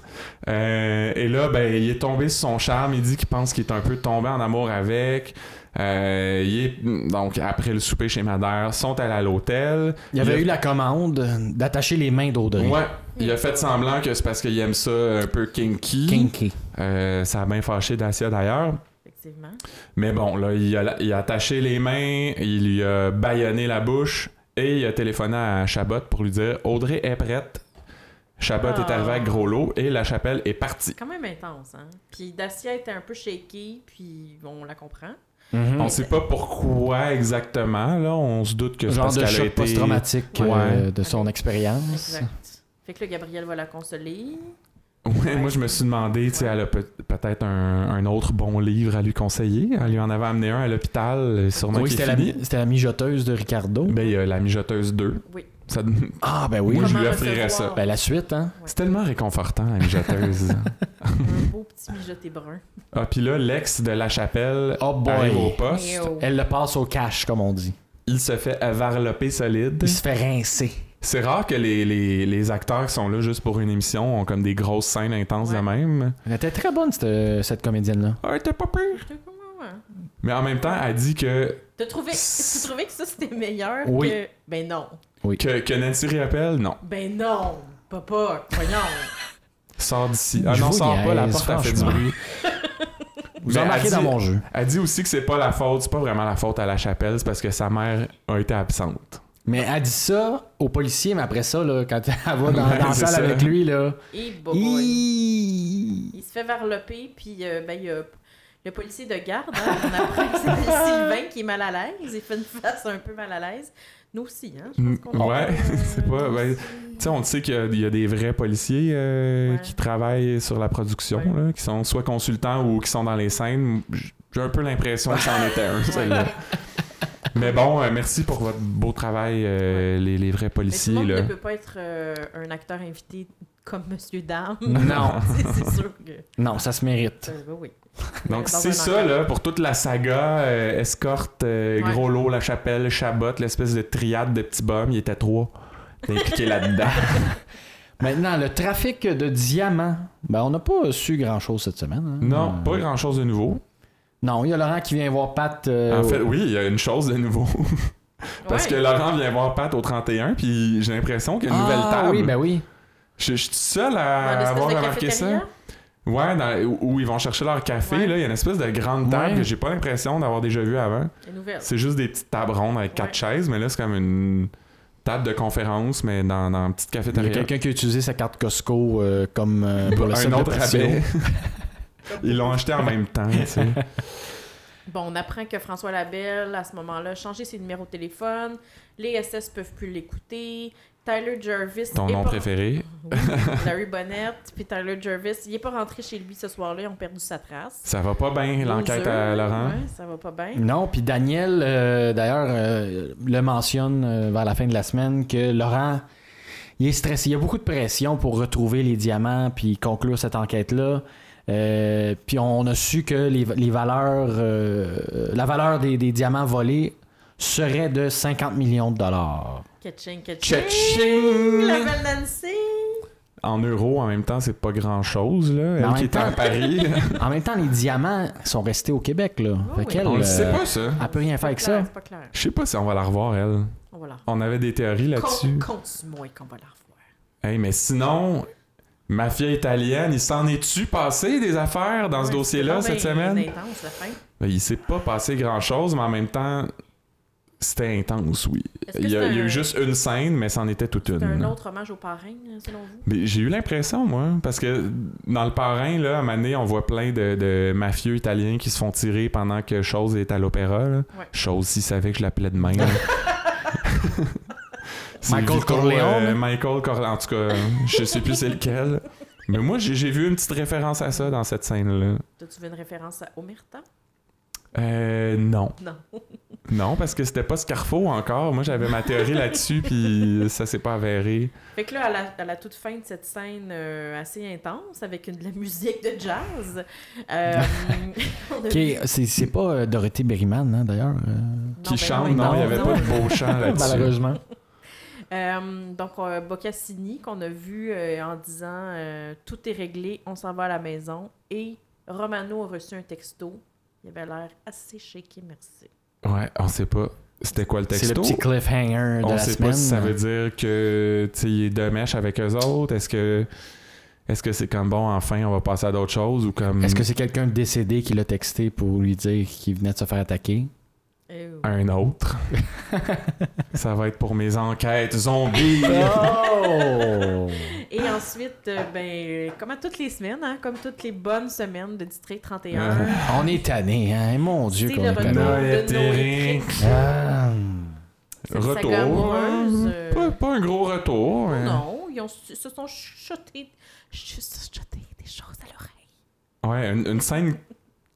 Euh, et là, ben, il est tombé sur son charme. Il dit qu'il pense qu'il est un peu tombé en amour avec. Euh, il est, donc, après le souper chez Madère, sont allés à l'hôtel.
Il y avait
a-
eu la commande d'attacher les mains d'Audrey.
Ouais, il a fait semblant que c'est parce qu'il aime ça un peu kinky.
Kinky.
Euh, ça a bien fâché Dacia d'ailleurs.
Effectivement.
Mais bon, là, il a, il a attaché les mains, il lui a bâillonné la bouche et il a téléphoné à Chabot pour lui dire Audrey est prête. Chabot est
Ah.
arrivé à gros lot et la chapelle est partie.
C'est quand même intense, hein? Puis Dacia était un peu shaky, puis bon, on la comprend.
Mhm.
On sait pas pourquoi exactement, là. On se doute que c'est
Genre
parce
de
qu'elle a
choc
été.
post-traumatique euh, de son expérience.
Exact. Fait que là, Gabriel va la consoler.
Ouais, moi, je me suis demandé, tu sais, elle a peut- peut-être un, un autre bon livre à lui conseiller. Elle lui en avait amené un à l'hôpital, euh, sûrement
Oui,
qu'il
c'était
est
la,
fini.
c'était la mijoteuse de Ricardo.
Ben, il y a la mijoteuse 2.
Oui.
Ça-
Ah, ben oui.
Moi, je
Comment
lui offrirais
recevoir?
ça.
Ben, la suite, hein.
C'est tellement réconfortant, la mijoteuse.
Un beau petit mijoté brun.
Ah, puis là, l'ex de La Chapelle
Oh
arrive au
boy.
poste.
Ew.
Elle le passe au cash, comme on dit.
Il se fait avarloper solide.
Il se fait rincer.
C'est rare que les, les- les acteurs qui sont là juste pour une émission ont comme des grosses scènes intenses
Ouais.
de même.
Elle était très bonne, cette, cette comédienne-là.
Ah, t'es pas pire.
J'étais comme, ouais, ouais.
Mais en même temps, elle dit que,
hein. T'as trouvé... Tu
C'est-
trouvais que ça, c'était meilleur
Oui.
que... Ben non.
que, que Nancy Riappel, non,
Ben non. Papa, voyons.
sors d'ici. Ah
Je
non,
vous
sors pas, la
niaise,
porte a fait du
franchement.
bruit.
Vous
Mais
en
elle
remarquez
dit-
dans mon jeu.
Elle dit aussi que c'est pas la faute, c'est pas vraiment la faute à La Chapelle, c'est parce que sa mère a été absente.
Mais elle dit ça au policier, mais après ça, là, quand elle va dans, dans la
Ouais, c'est
salle
ça.
avec lui, là.
Et
Oh
boy.
Hi-
Il se fait varloper, puis euh, ben, il y a le policier de garde. hein, on apprend que c'est Sylvain qui est mal à l'aise. Il fait une face un peu mal à l'aise. Nous aussi, hein? je pense qu'on-
Ouais, c'est pas. ben, Tu sais, on le sait qu'il y a- il y, a des vrais policiers euh,
Ouais.
qui travaillent sur la production,
Ouais.
là, qui sont soit consultants ou qui sont dans les scènes. J- J'ai un peu l'impression que c'en était un, celle-là. Mais bon, euh, merci pour votre beau travail, euh, les, les vrais
Mais tout
policiers.
le monde
là.
ne peut pas être euh, un acteur invité comme Monsieur Dame.
Non.
C'est- c'est sûr que.
Non, ça se mérite.
euh, ben oui.
Donc,
Dans
c'est
un
ça,
encadre.
là, pour toute la saga euh, Escorte, euh,
Ouais.
Gros Lot, La Chapelle, Chabot, l'espèce de triade de petits bums. Il était trois impliqués là-dedans.
Maintenant, le trafic de diamants. Ben, on n'a pas su grand-chose cette semaine.
Hmm.
hein.
Non,
Euh,
pas grand-chose de nouveau.
Non, il y a Laurent qui vient voir Pat. euh,
En fait, oui, il y a une chose de nouveau. Parce
Ouais.
que Laurent vient voir Pat au 31, puis j'ai l'impression qu'il y a une
ah,
nouvelle table.
Oui, ben oui.
Je je suis seul
Dans l'espèce
à avoir
de
remarqué
cafétéria.
ça. Ouais, dans- où, où ils vont chercher leur café,
Ouais.
là, il y a une espèce de grande table
Ouais.
que j'ai pas l'impression d'avoir déjà vue avant.
Les nouvelles.
C'est juste des petites tables rondes avec quatre
Ouais.
chaises, mais là, c'est comme une table de conférence, mais dans, dans une petite
Il y a
cafétéria.
quelqu'un qui a utilisé sa carte Costco euh, comme euh, pour le
un
solde de
autre
pression.
rabais. Ils l'ont acheté en même temps, tu sais.
Bon, on apprend que François Labelle, à ce moment-là, a changé ses numéros de téléphone. Les SS peuvent plus l'écouter. Tyler Jarvis.
Ton
est
nom
pas-
préféré.
Oui, Larry Bonnet, puis Tyler Jarvis. Il est pas rentré chez lui ce soir-là. Ils ont perdu sa trace.
Ça va pas bien, l'enquête
Loser,
à Laurent.
ouais, ça va pas bien.
Non, puis Daniel, euh, d'ailleurs, euh, le mentionne euh, vers la fin de la semaine que Laurent, il est stressé. Il y a beaucoup de pression pour retrouver les diamants puis conclure cette enquête-là. Euh, puis on a su que les, les valeurs, euh, la valeur des, des diamants volés serait de 50 millions de dollars.
Ketching, ketching. La
Tchitching!
belle Nancy.
En euros, en même temps, c'est pas grand-chose, là.
en
Elle qui
même
était à
temps-
Paris.
En même temps, les diamants sont restés au Québec. Là.
Oh
Fait
oui.
qu'elle,
On le
euh,
sait pas, ça.
Elle peut rien faire avec
C'est pas clair,
ça.
C'est pas clair.
Je sais pas si on va la revoir, elle.
On va la revoir.
On avait des théories là-dessus.
Compte, compte sur moi qu'on va la revoir.
Hey, mais sinon, Mafia italienne, il s'en est-tu passé des affaires dans ce
Ouais,
dossier-là
c'est
cette
donc bien
semaine?
intense, la fin.
Ben, il s'est pas passé grand-chose, mais en même temps, c'était intense, oui.
Est-ce que
Il y, a,
c'est
il y a
un-
eu juste une scène, mais c'en était toute
C'est un
une.
autre hommage au parrain, hein, selon vous?
Mais j'ai eu l'impression, moi, parce que dans le parrain, là, à un moment donné, on voit plein de, de mafieux italiens qui se font tirer pendant que Chose est à l'opéra. là.
Ouais.
Chose, s'il savait que je l'appelais de même. C'est euh,
Michael Corleone. hein?
Michael Corleone, en tout cas, je sais plus c'est lequel. Mais moi, j'ai j'ai vu une petite référence à ça dans cette scène-là.
T'as-tu vu une référence à Omerta?
Euh, non.
Non.
Non, parce que c'était pas Scarfo encore. Moi, j'avais ma théorie là-dessus, puis ça s'est pas avéré.
Fait que là, à la, à la toute fin de cette scène euh, assez intense, avec une, de la musique de jazz, euh, on a
Ok,
vu-
c'est, c'est pas euh, Dorothée Berryman, hein, d'ailleurs. euh,
Non,
Qui
ben
chante,
ouais,
non, il y
non,
avait
non.
pas de beau chant Ah, là-dessus.
Malheureusement.
Euh, donc, euh, Boccassini, qu'on a vu euh, en disant euh, Tout est réglé, on s'en va à la maison. Et Romano a reçu un texto. Il avait l'air assez shaky, merci.
Ouais, on sait pas. C'était quoi le
C'est
texto?
le petit cliffhanger de
on
la
sait
semaine.
pas si ça veut dire que tu sais, il est de mèche avec eux autres. Est-ce que est-ce que c'est comme bon enfin on va passer à d'autres choses ou comme
Est-ce que c'est quelqu'un décédé qui l'a texté pour lui dire qu'il venait de se faire attaquer?
Eh oui.
un autre? ça va être pour mes enquêtes zombies.
Oh!
Et ensuite, euh, ben, euh, comme à toutes les semaines, hein, comme toutes les bonnes semaines de District 31,
Ah.
on est tanné, hein? Mon
c'est
Dieu,
le
qu'on est
retour de
tanné.
Noé
Noé
Terrin.
Crick.
Ah.
Cette saga
retour.
amoureuse, euh,
Pas, pas un gros retour. mais-
Non, ils ont, se se sont chuchotés, ch- chuchotés des choses à l'oreille.
Ouais, une, une scène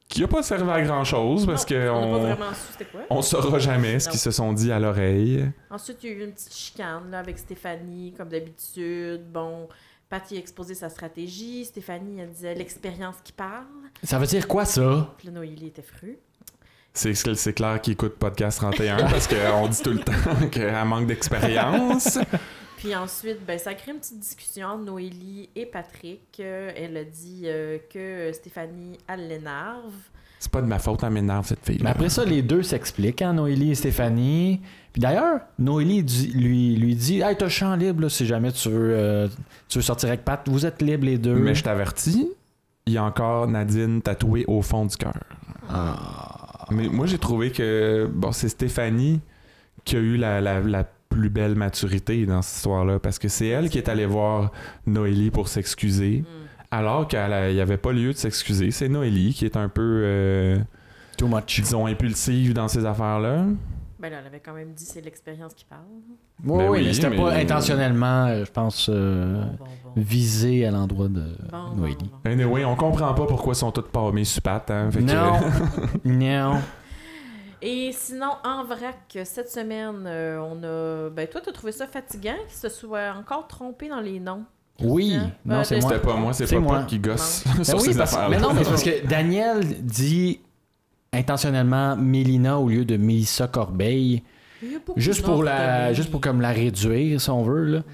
qui a pas servi à grand chose parce
Non,
que
On n'a pas
on,
vraiment su c'était quoi.
on saura jamais ce
Non.
qu'ils se sont dit à l'oreille.
Ensuite, il y a eu une petite chicane là, avec Stéphanie, comme d'habitude. Bon, Patty a exposé sa stratégie. Stéphanie, elle disait l'expérience qui parle.
Ça veut dire quoi, ça?
Puis là, Noélie était fru.
C'est c'est clair qui écoute Podcast 31 parce qu'on dit tout le temps qu'elle manque d'expérience.
Puis ensuite, ben, ça crée une petite discussion entre Noélie et Patrick. Euh, elle a dit euh, que Stéphanie, elle l'énerve.
C'est pas de ma faute, elle m'énerve cette fille.
Mais après ça, les deux s'expliquent, hein, Noélie et Stéphanie. Puis d'ailleurs, Noélie dit- lui, lui dit Hey, t'as champ libre là, si jamais tu veux, euh, tu veux sortir avec Pat. Vous êtes libres les deux.
Mais je t'avertis, il y a encore Nadine tatouée au fond du cœur.
Ah.
Mais moi, j'ai trouvé que bon, c'est Stéphanie qui a eu la, la- la plus belle maturité dans cette histoire-là parce que c'est elle qui est allée voir Noélie pour s'excuser.
Hmm.
Alors qu'il n'y avait pas lieu de s'excuser, c'est Noélie qui est un peu, euh,
Too much.
disons, impulsive dans ces affaires-là.
Ben là, elle avait quand même dit c'est l'expérience qui parle.
Oui,
Ben
oui,
oui,
mais c'était
mais-
pas intentionnellement, euh, je pense, euh,
Bon, bon, bon.
visé à l'endroit de
Bon, bon,
Noélie.
bon.
Anyway, on comprend pas pourquoi ils sont toutes parmées sur pattes. Hein, fait que-
Non, non.
Et sinon, en vrac, cette semaine, euh, on a. Ben, toi, t'as trouvé ça fatigant qu'il se soit encore trompé dans les noms.
Oui,
Hein?
non,
Ben,
c'est
des-
moi.
C'était pas moi, c'est
C'est
pas
moi.
moi qui gosse
Ben
sur
oui,
ces
parce-
affaires-là.
mais non, mais c'est parce que Daniel dit intentionnellement Mélina au lieu de Mélissa Corbeil,
Il y a beaucoup
juste
de
pour
noms
la,
retenus.
juste pour comme la réduire, si on veut. Là.
Ouais.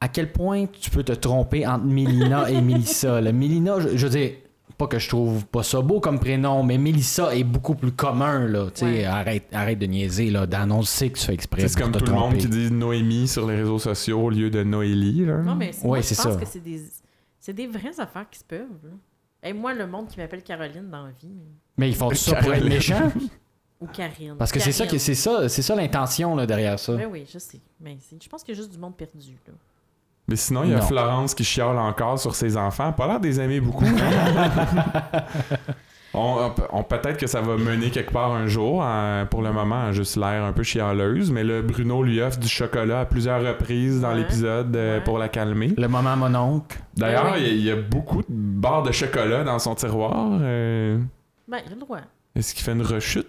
à quel point tu peux te tromper entre Mélina et Mélissa. là. Mélina, je, je veux dire, pas que je trouve pas ça beau comme prénom, mais Mélissa est beaucoup plus commun, là. Tu sais,
Ouais.
arrête, arrête de niaiser, là. Dan, on le sait que tu fais exprès.
C'est
pour
comme
te
tout le monde
tromper.
qui dit Noémie sur les réseaux sociaux au lieu de Noélie. là.
Non, mais c'est-
Ouais,
moi, je
c'est
pense
ça.
que c'est des. C'est des vraies affaires qui se peuvent. là. Et moi, le monde qui m'appelle Caroline dans la vie.
Mais ils font ça pour être
Caroline.
méchants.
Ou Karine.
Parce que c'est ça, qui-
Karine.
c'est ça, c'est ça l'intention là, derrière ça.
Ben oui, je sais. Mais c'est- je pense qu'il y a juste du monde perdu. Là.
Mais sinon, il y a
Non.
Florence qui chiale encore sur ses enfants. Pas l'air de les aimer beaucoup. hein. on, on- Peut-être que ça va mener quelque part un jour. hein, pour le moment, elle a juste l'air un peu chialeuse. Mais là, Bruno lui offre du chocolat à plusieurs reprises dans
Ouais.
l'épisode euh,
Ouais.
pour la calmer.
Le moment mon oncle.
D'ailleurs,
Ouais.
il y a- il y, a beaucoup de barres de chocolat dans son tiroir. euh,
Ben, il a le droit.
Est-ce qu'il fait une rechute?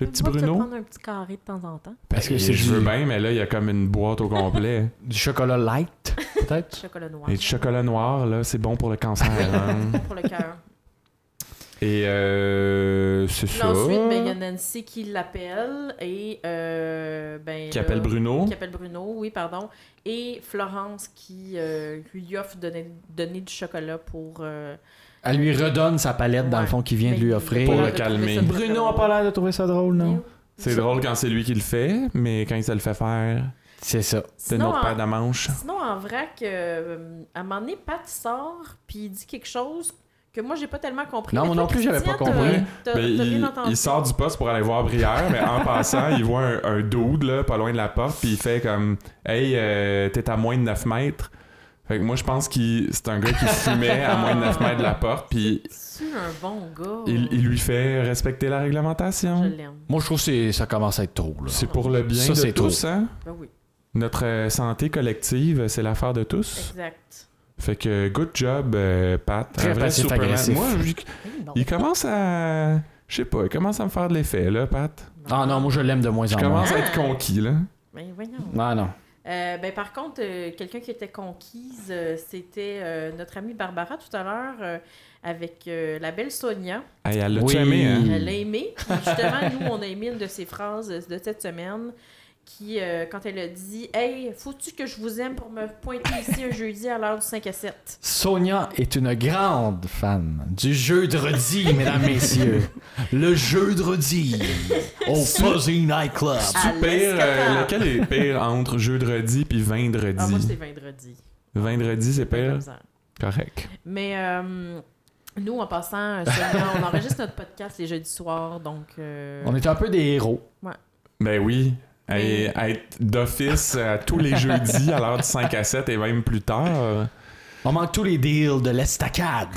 Le petit
Moi, je vais
Bruno?
prendre un petit carré de temps en temps.
Parce que
Ben,
c'est
je
du-
veux bien, mais là, il y a comme une boîte au complet.
Du chocolat light, peut-être.
Chocolat noir.
Et du chocolat noir, là, c'est bon pour le cancer. hein.
Pour le cœur.
Et euh, c'est
Puis
ça.
là, ensuite, ben, il y a Nancy qui l'appelle et. euh, ben,
qui
là-
appelle Bruno.
qui appelle Bruno, oui, pardon, et Florence qui euh, lui offre de donner, donner du chocolat pour... euh,
Elle lui redonne sa palette, dans le
Ouais.
fond, qu'il vient de
Ben,
Mais
lui
il a pas
offrir.
Pour
l'air
le
de trouver
calmer.
ça très, très
Bruno a
drôle.
pas l'air de trouver ça drôle, non?
C'est drôle quand c'est lui qui le fait, mais quand il se le fait faire.
C'est ça.
C'est
Sinon,
notre
en,
paire de manches.
sinon, en vrac, euh, à un moment donné, Pat sort, puis il dit quelque chose que moi, j'ai pas tellement compris.
Non,
Mais
moi
toi,
non plus, j'avais pas
Christian,
compris.
t'as- t'as-
Ben,
t'as bien
il,
entendu.
il sort du poste pour aller voir Brière, mais en passant, il voit un, un dude là, pas loin de la porte, puis il fait comme Hey, euh, t'es à moins de 9 mètres. Fait que moi, je pense que c'est un gars qui fumait à moins de 9 mètres de la porte, puis
C'est un bon gars.
il, il lui fait respecter la
Je
réglementation.
l'aime.
Moi, je trouve que c'est- ça commence à être trop, là.
C'est pour le bien
Ça,
de
c'est
tous, hein?
Ben oui,
Notre euh, santé collective, c'est l'affaire de tous.
exact.
Fait que good job, euh, Pat.
Très
Un vrai
passif,
Superman.
agressif.
Moi, je-
Ah,
il commence à. Je sais pas, il commence à me faire de l'effet, là, Pat.
Ah non, moi, je l'aime de moins
Je
en moins.
commence à être conquis, là.
Ben voyons.
Ah non.
Euh, ben, par contre, euh, quelqu'un qui était conquise, euh, c'était euh, notre amie Barbara tout à l'heure euh, avec euh, la belle Sonia.
Hey, elle l'a
Oui.
aimé, hein?
Mm.
Elle l'a aimé. Puis Justement, nous, on a aimé une de ses phrases euh, de cette semaine qui, euh, quand elle a dit Hey, faut-tu que je vous aime pour me pointer ici un jeudi à l'heure du 5 à 7
Sonia est une grande fan du jeu de redis, mesdames, messieurs. Le jeu de redis au Fuzzy Night Club.
À
Tu pire,
l'escapade.
euh, lequel est pire entre jeudi puis vendredi?
Ah, moi, c'est vendredi.
vendredi, c'est
Eh.
pire?
Comme ça.
Correct.
Mais euh, nous, en passant, euh, Sonia, on enregistre notre podcast les jeudis soirs, donc. euh,
On est un peu des héros.
Ben oui.
Mais-
Hey, Être d'office euh, tous les jeudis à l'heure du 5 à 7 et même plus tard.
On manque tous les deals de l'estacade.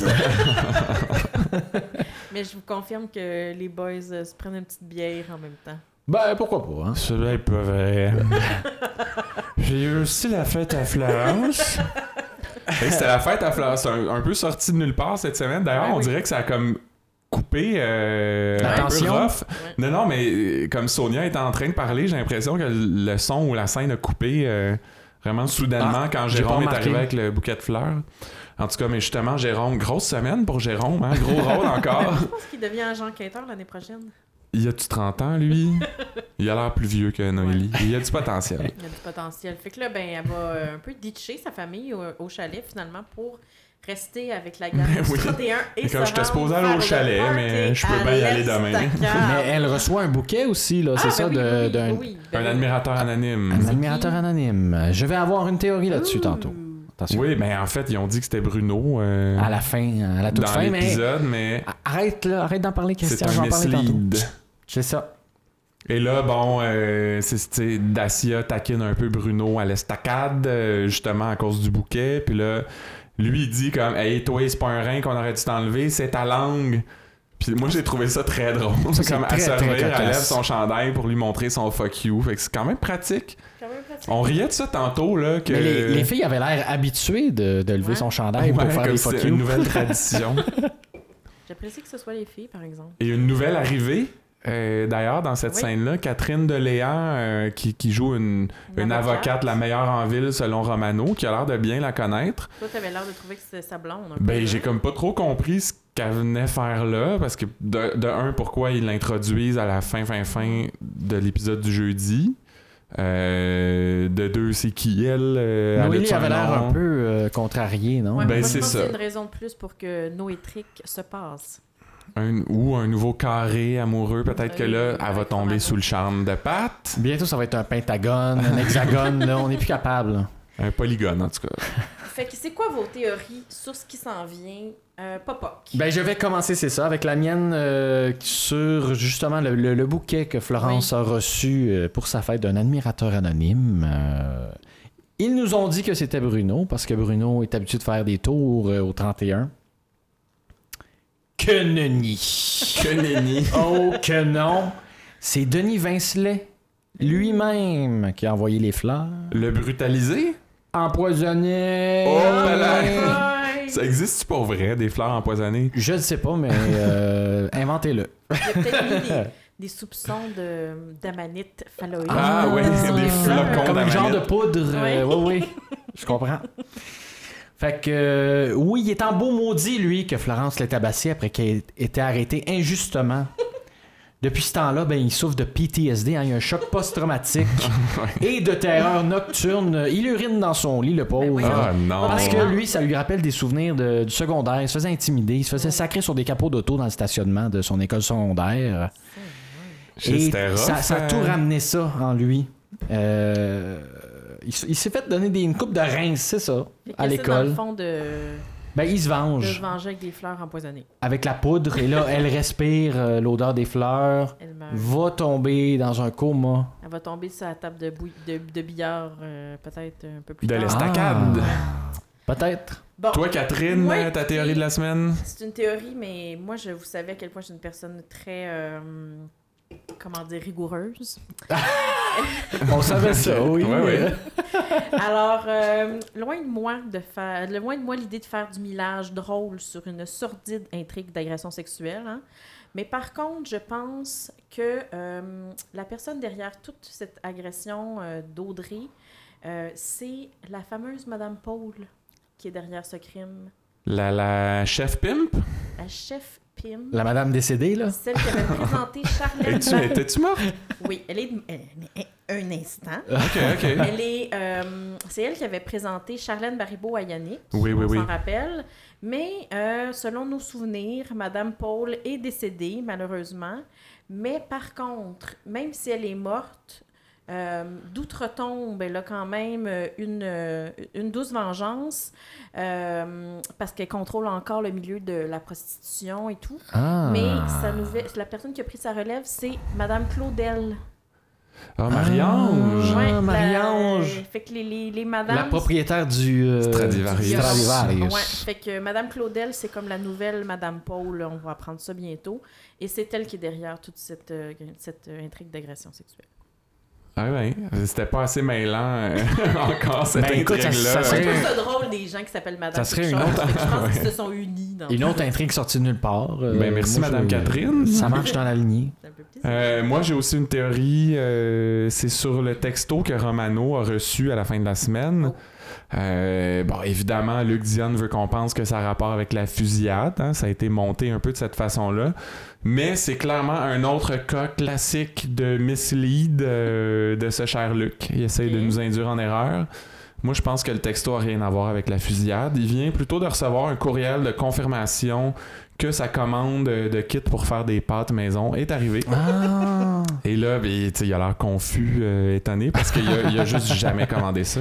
Mais je vous confirme que les boys euh, se prennent une petite bière en même temps.
Ben, pourquoi pas, hein?
Cela est pas vrai. J'ai eu aussi la fête à Florence. C'était la fête à Florence. C'est un, un peu sorti de nulle part cette semaine. D'ailleurs,
Ben
Ouais,
on
oui.
dirait que ça a comme coupé euh, un peu
L'attention.
rough.
Ouais.
Non, non, mais euh, comme Sonia est en train de parler, j'ai l'impression que le son ou la scène a coupé euh, vraiment soudainement
Ah,
quand
j'ai pas
Jérôme est
remarqué.
arrivé avec le bouquet de fleurs. En tout cas, mais justement, Jérôme, grosse semaine pour Jérôme, hein? gros rôle encore.
Je pense qu'il devient agent enquêteur l'année prochaine.
Il a-tu 30 ans, lui? Il a l'air plus vieux que Noélie. Il a du potentiel.
Il y a du potentiel. Fait que là, ben, elle va euh, un peu ditcher sa famille au, au chalet finalement pour rester avec la
Mais
gang du
Ben oui.
31 et
Mais comme
se
j'étais supposé
rendre
aller au
faire
chalet,
le party
mais je peux
à
bien y aller demain.
l'Estacade.
Mais elle reçoit un bouquet aussi, là,
Ah,
c'est
ben
ça,
oui,
de-
oui,
d'un
oui, ben
Un
oui.
admirateur
un
anonyme.
admirateur anonyme. Je vais avoir une théorie là-dessus
Ouh.
tantôt. Attention.
Oui, mais en fait, ils ont dit que c'était Bruno euh,
À la fin, à la toute
dans
fin, mais.
l'épisode, mais,
Arrête, là, arrête d'en parler,
c'est
Christian, je
un
vais en parler tantôt.
mislead.
C'est ça.
Et là, bon, euh, c'est- c'est tu sais, Dacia taquine un peu Bruno à l'estacade, euh, justement à cause du bouquet. Puis là, lui, il dit comme, hey, toi, c'est pas un rein qu'on aurait dû t'enlever, c'est ta langue. Puis moi, j'ai trouvé ça très drôle.
Ça, c'est
comme
très,
à se
très
rire, elle lève
cocasse.
son chandail pour lui montrer son fuck you. Fait que c'est quand même pratique.
Quand même pratique.
On riait de ça tantôt, là, que.
Mais les, les filles avaient l'air habituées de, de lever
Ouais.
son chandail pour
Ouais,
faire
comme
des
si
fuck
c'était une
you.
nouvelle tradition.
J'apprécie que ce soit les filles, par exemple.
Et une nouvelle arrivée, euh, d'ailleurs, dans cette
Oui.
scène-là, Catherine Deléant, euh, qui, qui joue une,
Une
une
avocate.
avocate la meilleure en ville selon Romano, qui a l'air de bien la connaître.
Toi, t'avais l'air de trouver que c'était sa blonde. un peu,
Ben,
là.
j'ai comme pas trop compris ce qu'elle venait faire là, parce que de, de un, pourquoi ils l'introduisent à la fin, fin, fin de l'épisode du jeudi. Euh, de deux, c'est qui elle euh, elle a-tu
Noélie
un
avait l'air
nom?
un peu euh, contrariée, non?
Ouais,
ben,
moi, je
c'est
pense que
ça.
C'est une raison de plus pour que Noétric se passe.
Un- ou un nouveau carré amoureux. Peut-être que là, elle va
Avec
tomber
Romano.
sous le charme de Pat.
Bientôt, ça va être un pentagone, un hexagone, là, on n'est plus capable. là.
Un polygone, en tout cas.
Fait que c'est quoi vos théories sur ce qui s'en vient? Euh, Popoc.
Ben, je vais commencer, c'est ça, avec la mienne euh, sur justement le, le- le bouquet que Florence a reçu euh, pour sa fête d'un admirateur anonyme. Euh, ils nous ont dit que c'était Bruno, parce que Bruno est habitué de faire des tours euh, au 31. Que nenni!
Que nenni.
oh que non! C'est Denis Vincelet lui-même qui a envoyé les fleurs.
Le brutaliser?
Empoisonné!
Oh, ben là!
Ouais.
Ça existe pour vrai, des fleurs empoisonnées?
Je ne sais pas, mais euh, inventez-le.
Il y a peut-être mis des, des soupçons de- d'amanite phalloïde.
Ah,
dans
ouais,
son
des
écran.
flocons.
Comme un
d'amanite.
genre de poudre.
Ouais.
euh, oui, oui. Je comprends. Fait que, euh, oui, il est en beau maudit, lui, que Florence l'ait tabassé après qu'elle ait été arrêtée injustement. Depuis ce temps-là, ben, il souffre de PTSD, hein, il a un choc post-traumatique et de terreur nocturne. Il urine dans son lit, le pauvre.
oui.
Ah non!
Parce que
Ah.
lui, ça lui rappelle des souvenirs de- du secondaire. Il se faisait intimider, il se faisait sacrer sur des capots d'auto dans le stationnement de son école secondaire.
C'était rough,
ça, ça a
euh,
tout ramené ça en lui. Euh, il, s- il s'est fait donner des, une coupe de reins, c'est ça,
Fait que
à
c'est Dans le
l'école.
fond de,
Ben, il se
de
venge
se venger avec des fleurs empoisonnées.
avec la poudre et là, elle respire euh, l'odeur des fleurs,
Elle meurt.
va tomber dans un coma.
Elle va tomber sur la table de, bouille- de, de billard euh, peut-être un peu plus
De
tard.
l'est- Estacade.
Ah. Peut-être.
Bon,
Toi, Catherine,
Ouais,
ta
puis-
théorie de la semaine?
c'est une théorie, mais moi, je vous savez à quel point je suis une personne très, euh, comment dire, rigoureuse.
On savait ça, oui.
Ouais, ouais.
Alors, euh, loin de moi de faire, loin de moi l'idée de faire du millage drôle sur une sordide intrigue d'agression sexuelle. hein. Mais par contre, je pense que euh, la personne derrière toute cette agression euh, d'Audrey, euh, c'est la fameuse Madame Paul qui est derrière ce crime.
La, la chef pimp?
La chef Pim,
La madame décédée, là.
celle qui avait présenté Charlène.
Es-tu, étais-tu morte?
Oui, elle est. elle- elle- Un instant.
Ok, ok.
Elle est, euh, c'est elle qui avait présenté Charlène Baribeau à Yannick.
Oui, oui,
on
oui.
s'en rappelle. Mais euh, selon nos souvenirs, Madame Paul est décédée, malheureusement. Mais par contre, même si elle est morte, euh, d'outre-tombe, elle a quand même euh, une, euh, une douce vengeance euh, parce qu'elle contrôle encore le milieu de la prostitution et tout.
Ah.
Mais sa nouvelle, la personne qui a pris sa relève, c'est Madame Claudel.
Ah, Marie-Ange!
Ah,
Ouais, la-
Marie-Ange.
Fait que les, les, les
La
madames.
propriétaire du... euh,
Stradivarius.
du Stradivarius.
Ouais, fait que Madame Claudel, c'est comme la nouvelle Madame Paul, on va apprendre ça bientôt. Et c'est elle qui est derrière toute cette, euh, cette euh, intrigue d'agression sexuelle.
Ah ouais, c'était pas assez mêlant euh, encore cette
Ben, écoute, ça-
intrigue-là.
ça
Je
serait-
trouve ça drôle des gens qui s'appellent Madame
Ça serait
quelque
une
chose.
autre-
Fait que Je pense qu'ils se sont unis dans
Une autre intrigue sortie de nulle part. Euh,
Ben, merci,
moi, je-
Madame Catherine.
Ça marche dans la lignée.
C'est un peu petit, ça.
Euh, moi, j'ai aussi une théorie. euh, c'est sur le texto que Romano a reçu à la fin de la semaine. Euh, bon, évidemment, Luc Dion veut qu'on pense que ça a rapport avec la fusillade. hein, ça a été monté un peu de cette façon-là. Mais c'est clairement un autre cas classique de mislead euh, de ce cher Luc. Il essaye de
Ok.
nous induire en erreur. Moi, je pense que le texto a rien à voir avec la fusillade. Il vient plutôt de recevoir un courriel de confirmation que sa commande de kit pour faire des pâtes maison est arrivée.
Ah.
Et là, ben, tu sais, il a l'air confus, euh, étonné, parce qu'il a, il a juste jamais commandé ça.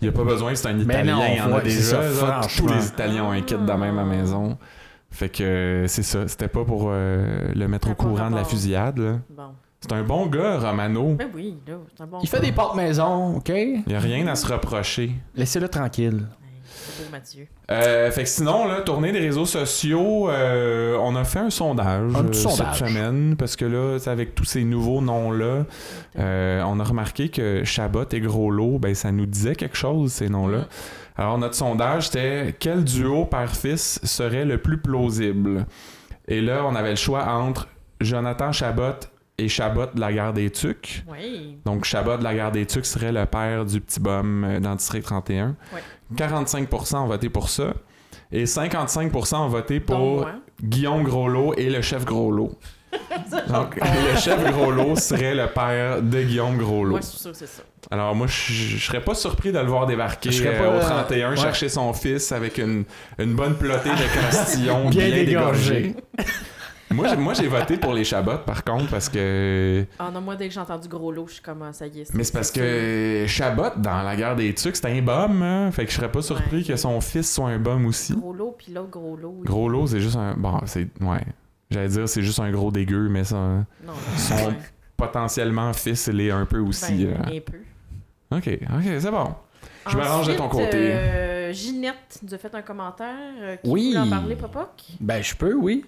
Il a pas besoin, c'est un
Mais
Italien,
non,
il y en
ouais,
a
c'est
déjà.
ça,
genre, tous
franchement.
les Italiens ont un kit de même à la maison. Fait que euh, c'est ça, c'était pas pour euh, le mettre au
Ça a pas
courant de la
rapport.
fusillade. là.
Bon.
C'est un bon gars, Romano.
Ben oui, là, c'est un bon.
Il fait des portes maison, OK?
Il a rien à se reprocher.
Laissez-le tranquille.
Ouais, C'est beau, Mathieu.
Euh, fait que sinon, là, tournée des réseaux sociaux, euh, on a fait un sondage,
Un
euh,
petit sondage.
cette semaine, parce que là, tu sais, avec tous ces nouveaux noms-là, euh, on a remarqué que Chabot et Groslo, ben, ça nous disait quelque chose, ces
Mm.
noms-là. Alors, notre sondage, c'était quel duo père-fils serait le plus plausible? Et là, on avait le choix entre Jonathan Chabot et Chabot de la guerre des Tucs.
Oui.
Donc, Chabot de la Garde des Tucs serait le père du petit bum euh, dans District 31.
Ouais.
45% ont voté pour ça. Et 55% ont voté
Donc,
pour
moi.
Guillaume Groslo et le chef Groslo. Donc, le chef Groslo serait le père de Guillaume Groslo.
Moi, je suis sûre que c'est ça.
Alors, moi, je je serais pas surpris de le voir débarquer
Je serais
euh,
pas-
au 31,
ouais.
chercher son fils avec une, une bonne plotée de castillon bien,
Bien
dégorgé.
dégorgé.
moi, j'ai- moi, j'ai voté pour les Chabot, par contre, parce que...
Ah non, moi, dès que j'ai entendu gros lot, je suis comme, ah, ça y est.
Mais c'est parce que Chabot, dans la guerre des Tucs, c'était un bum, hein? Fait que je serais pas surpris
Ouais.
que son fils soit un bum aussi.
Gros lot, puis l'autre gros lot. oui.
Gros lot, c'est juste un. Bon, c'est. Ouais. J'allais dire, c'est juste un gros dégueu, mais ça.
Non,
Son-
ouais.
Potentiellement, fils, il est un peu aussi.
Ben,
là.
euh,
un peu.
Ok, ok, c'est bon. Je m'arrange de ton
Ensuite,
côté.
euh, Ginette nous a fait un commentaire. euh, qui
Oui.
voulait en parler, Popoc?
Ben, je peux, oui.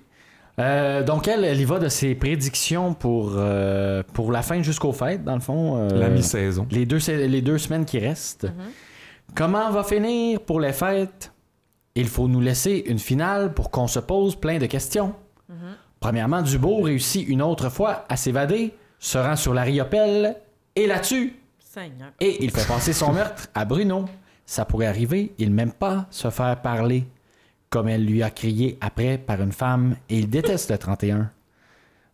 Euh, donc, elle, elle y va de ses prédictions pour, euh, pour la fin jusqu'aux fêtes, dans le fond. euh,
La mi-saison.
les deux, les deux semaines qui restent. Comment va finir pour les fêtes? Il faut nous laisser une finale pour qu'on se pose plein de questions. Premièrement, Dubo réussit une autre fois à s'évader, se rend sur la Riopelle et la tue.
Seigneur.
Et il fait passer son meurtre à Bruno. Ça pourrait arriver, il n'aime pas se faire parler, comme elle lui a crié après par une femme, et il déteste le 31.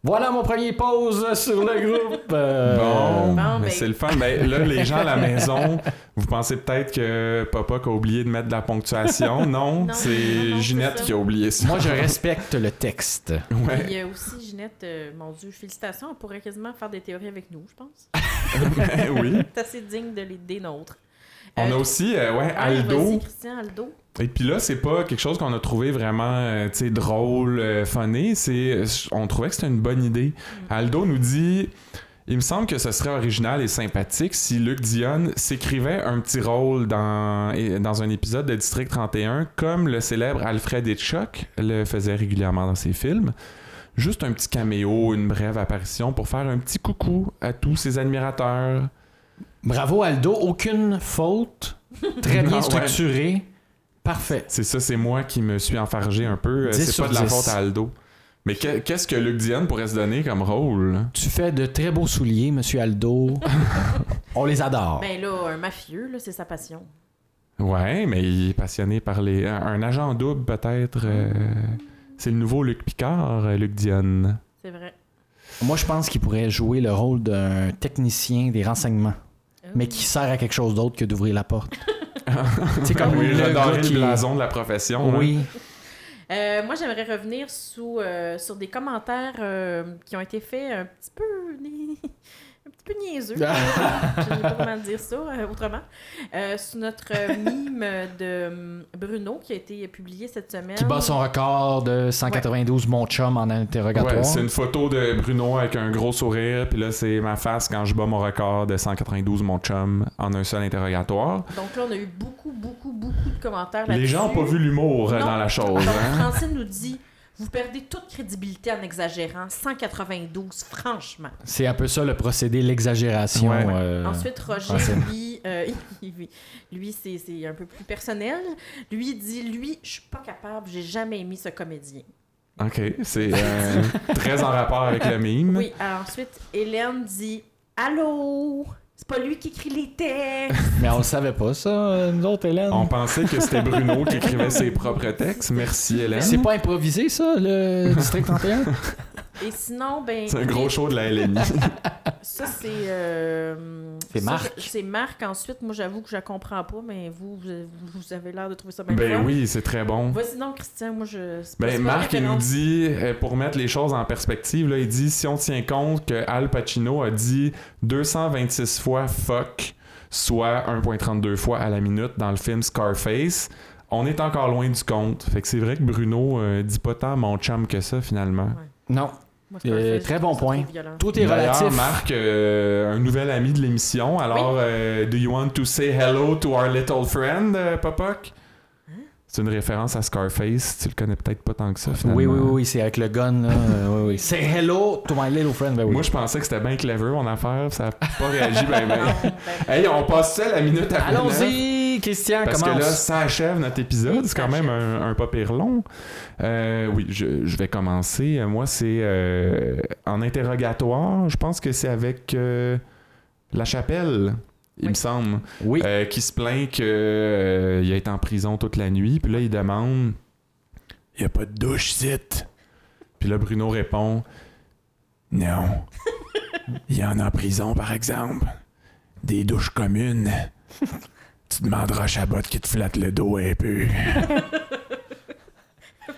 Voilà mon premier pause sur le groupe. Euh,
Bon,
bon,
mais
ben-
c'est le fun. Ben, là, les gens à la maison, vous pensez peut-être que Papa a oublié de mettre de la ponctuation. Non,
Non, non, non,
c'est
c'est
Ginette
ça.
qui a oublié ça.
Moi, je respecte le texte.
Ouais.
Il y a aussi Ginette, euh, mon Dieu, félicitations. On pourrait quasiment faire des théories avec nous, je pense.
oui.
C'est assez digne de les des nôtres.
On
Euh,
a aussi euh, ouais,
Vas-y,
Aldo.
Christian Aldo.
Et puis là, c'est pas quelque chose qu'on a trouvé vraiment euh, tu sais, drôle, euh, funny. C'est, on trouvait que c'était une bonne idée. Aldo nous dit Il me semble que ce serait original et sympathique si Luc Dion s'écrivait un petit rôle dans, et- dans un épisode de District 31, comme le célèbre Alfred Hitchcock le faisait régulièrement dans ses films. Juste un petit caméo, une brève apparition pour faire un petit coucou à tous ses admirateurs.
Bravo Aldo, aucune faute, très
Ah
bien
ouais.
structuré, parfait.
C'est ça, c'est moi qui me suis enfargé un peu. Euh,
10
C'est
sur
pas de la
10.
faute à Aldo. Mais que- qu'est-ce que Luc Diane pourrait se donner comme rôle?
Tu fais de très beaux souliers, Monsieur Aldo. On les
Oh.
adore.
Ben là, un mafieux, là, c'est sa passion.
Ouais, mais il est passionné par les. Un, un agent double, peut-être. euh, C'est le nouveau Luc Picard, euh, Luc Diane.
C'est vrai.
Moi, je pense qu'il pourrait jouer le rôle d'un technicien des renseignements, mais qui sert à quelque chose d'autre que d'ouvrir la porte. C'est comme
oui,
le gars
redorer le
qui...
blason de la profession. hein. là.
Oui,
Euh, moi, j'aimerais revenir sous, euh, sur des commentaires euh, qui ont été faits un petit peu, ni- un petit peu niaiseux. je
Ah.
ne sais pas comment dire ça euh, autrement. Euh, sous notre euh, mime de euh, Bruno qui a été publié cette semaine.
qui bat son record de 192 mon chum en interrogatoire.
Ouais, c'est une photo de Bruno avec un gros sourire, puis là, c'est ma face quand je bats mon record de 192, mon chum, en un seul interrogatoire.
Donc là, on a eu beaucoup, beaucoup, beaucoup de commentaires là-dessus.
Les gens n'ont pas vu l'humour euh,
bah, Non.
dans la chose.
Donc,
hein?
Francine nous dit Vous perdez toute crédibilité en exagérant. 192, franchement.
C'est un peu ça le procédé, l'exagération.
Ouais.
euh,
Ensuite, Roger,
Francine.
lui, euh, lui, lui, c'est c'est un peu plus personnel. Lui dit Lui, je suis pas capable, j'ai jamais aimé ce comédien.
Ok, c'est euh, très en rapport avec le mime.
Oui, alors ensuite, Hélène dit Allô C'est pas lui qui écrit les textes.
Mais on le savait pas, ça, euh, nous autres, Hélène.
On pensait que c'était Bruno qui écrivait ses propres textes. Merci Hélène.
C'est pas improvisé, ça, le District 31?
Et sinon, ben.
C'est un gros show de la LNI.
Ça, c'est. euh,
C'est
ça,
Marc.
je- C'est Marc. Ensuite, moi, j'avoue que je la comprends pas, mais vous, vous, vous avez l'air de trouver ça bien
ben
fun.
oui, c'est très bon.
Vas-y donc, Christian, moi je. c'est pas- c'est
Ben,
pas
Marc, il nous
référence.
dit, euh, pour mettre les choses en perspective, là, il dit si on tient compte que Al Pacino a dit 226 fois fuck, soit 1,32 fois à la minute dans le film Scarface, on est encore loin du compte. Fait que c'est vrai que Bruno euh, dit pas tant mon chum que ça finalement.
Non.
Moi, c'est un
Euh,
fait,
très
je
bon
trouve ça
point.
trop violent.
Tout est
D'ailleurs,
relatif.
Marc, euh, un nouvel ami de l'émission. Alors, euh, do you want to say hello to our little friend, euh, Popoc? C'est une référence à Scarface. Tu le connais peut-être pas tant que ça, finalement.
Oui, oui, oui, oui, c'est avec le gun, là. euh, oui, oui. C'est hello to my little friend. Ben oui.
Moi, je pensais que c'était bien clever, mon affaire. puis Ça a pas réagi ben, ben.
Non, ben,
Hey, on passe ça la minute à
Allons-y, Christian,
Parce
commence.
que là, ça achève notre épisode.
Oui,
C'est quand
ça
même un, un pas pire long. Euh, oui, je, je vais commencer. Euh, Moi, c'est euh, en interrogatoire. Je pense que c'est avec euh, La Chapelle, il
Oui.
me semble,
oui.
euh, qui se plaint qu'il a été en prison toute la nuit. Puis là, il demande Il n'y a pas de douche, site. Puis là, Bruno répond Non. Il y en a en prison, par exemple. Des douches communes. Tu demanderas à Chabot qui te flatte le dos un peu.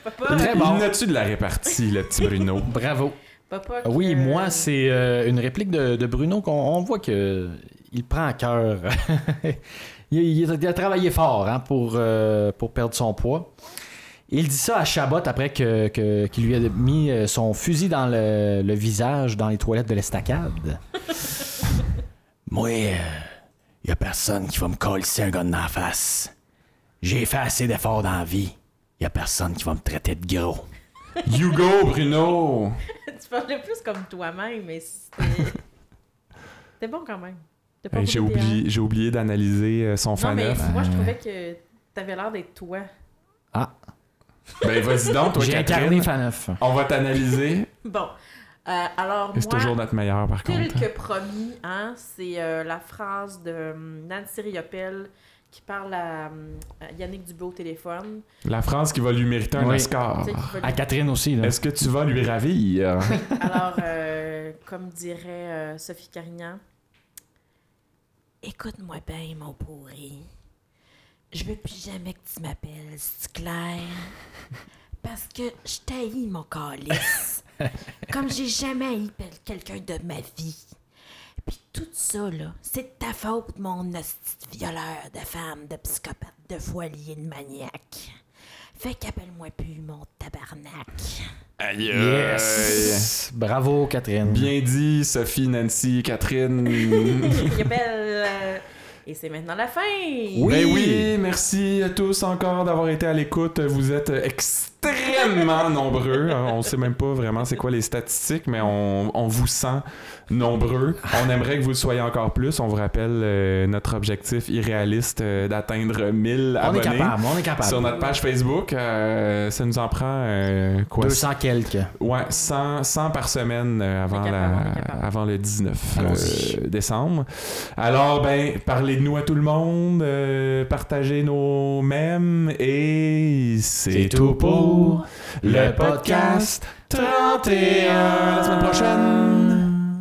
papa,
Très bon.
Il a-tu de la répartie, le petit Bruno?
Bravo.
papa
Oui,
que-
moi, c'est euh, une réplique de, de Bruno qu'on on voit que il prend à cœur. il, il a- il a travaillé fort hein, pour, euh, pour perdre son poids. Il dit ça à Chabot après que, que- qu'il lui a mis euh, son fusil dans le, le visage dans les toilettes de l'estacade. Moi, il a personne qui va me coller un gars dans la face. J'ai fait assez d'efforts dans la vie. Il a personne qui va me traiter de gros.
You go, Bruno!
Tu parlais plus comme toi-même, mais c'était. c'était bon quand même. T'as pas
Hey,
voulu
J'ai
dire-
oublié, j'ai oublié d'analyser euh, son
Non, mais
faneuf.
moi, je trouvais que t'avais l'air d'être toi.
Ben, vas-y donc, toi,
J'ai
Catherine.
incarné Faneuf.
On va t'analyser.
Bon. Euh, alors,
Et C'est
moi.
toujours notre meilleur, par
Tel
contre.
que promis, hein, c'est euh, la phrase de euh, Nancy Riopelle qui parle à, euh, à Yannick Dubois au téléphone.
La France qui va lui mériter un
Oui.
Oscar.
Tu sais, qui va lui-
À Ah, Catherine aussi. Là.
Est-ce que tu vas lui ravir?
Alors, euh, comme dirait euh, Sophie Carignan, écoute-moi bien, mon pourri. Je veux plus jamais que tu m'appelles, c'est clair? Parce que je t'haïs, mon calice. comme j'ai jamais haï pel- quelqu'un de ma vie. Puis Tout ça, là, c'est de ta faute, mon hostie de violeur de femme, de psychopathe, de foilier, de maniaque. Fait qu'appelle-moi plus mon tabarnak.
Aïe!
Yes! Bravo, Catherine.
euh, Bien dit, Sophie, Nancy, Catherine.
Il appelle. euh, Et c'est maintenant la fin!
Ben oui, merci à tous encore d'avoir été à l'écoute. Vous êtes extrêmement nombreux. Euh, On sait même pas vraiment c'est quoi les statistiques, mais on, on vous sent nombreux. On aimerait que vous le soyez encore plus. On vous rappelle euh, notre objectif irréaliste euh, d'atteindre 1000
On est
abonnés
capable, on est capable.
sur notre page Facebook. Euh, ça nous en prend euh, quoi
200 quelques.
Ouais, 100, 100 par semaine euh, avant,
On est
la,
capable, on est capable.
avant le 19
Allons-y.
euh, décembre. Alors, ben, parlez de nous à tout le monde, euh, partagez nos mèmes et c'est tout pour le podcast 31. À la semaine prochaine!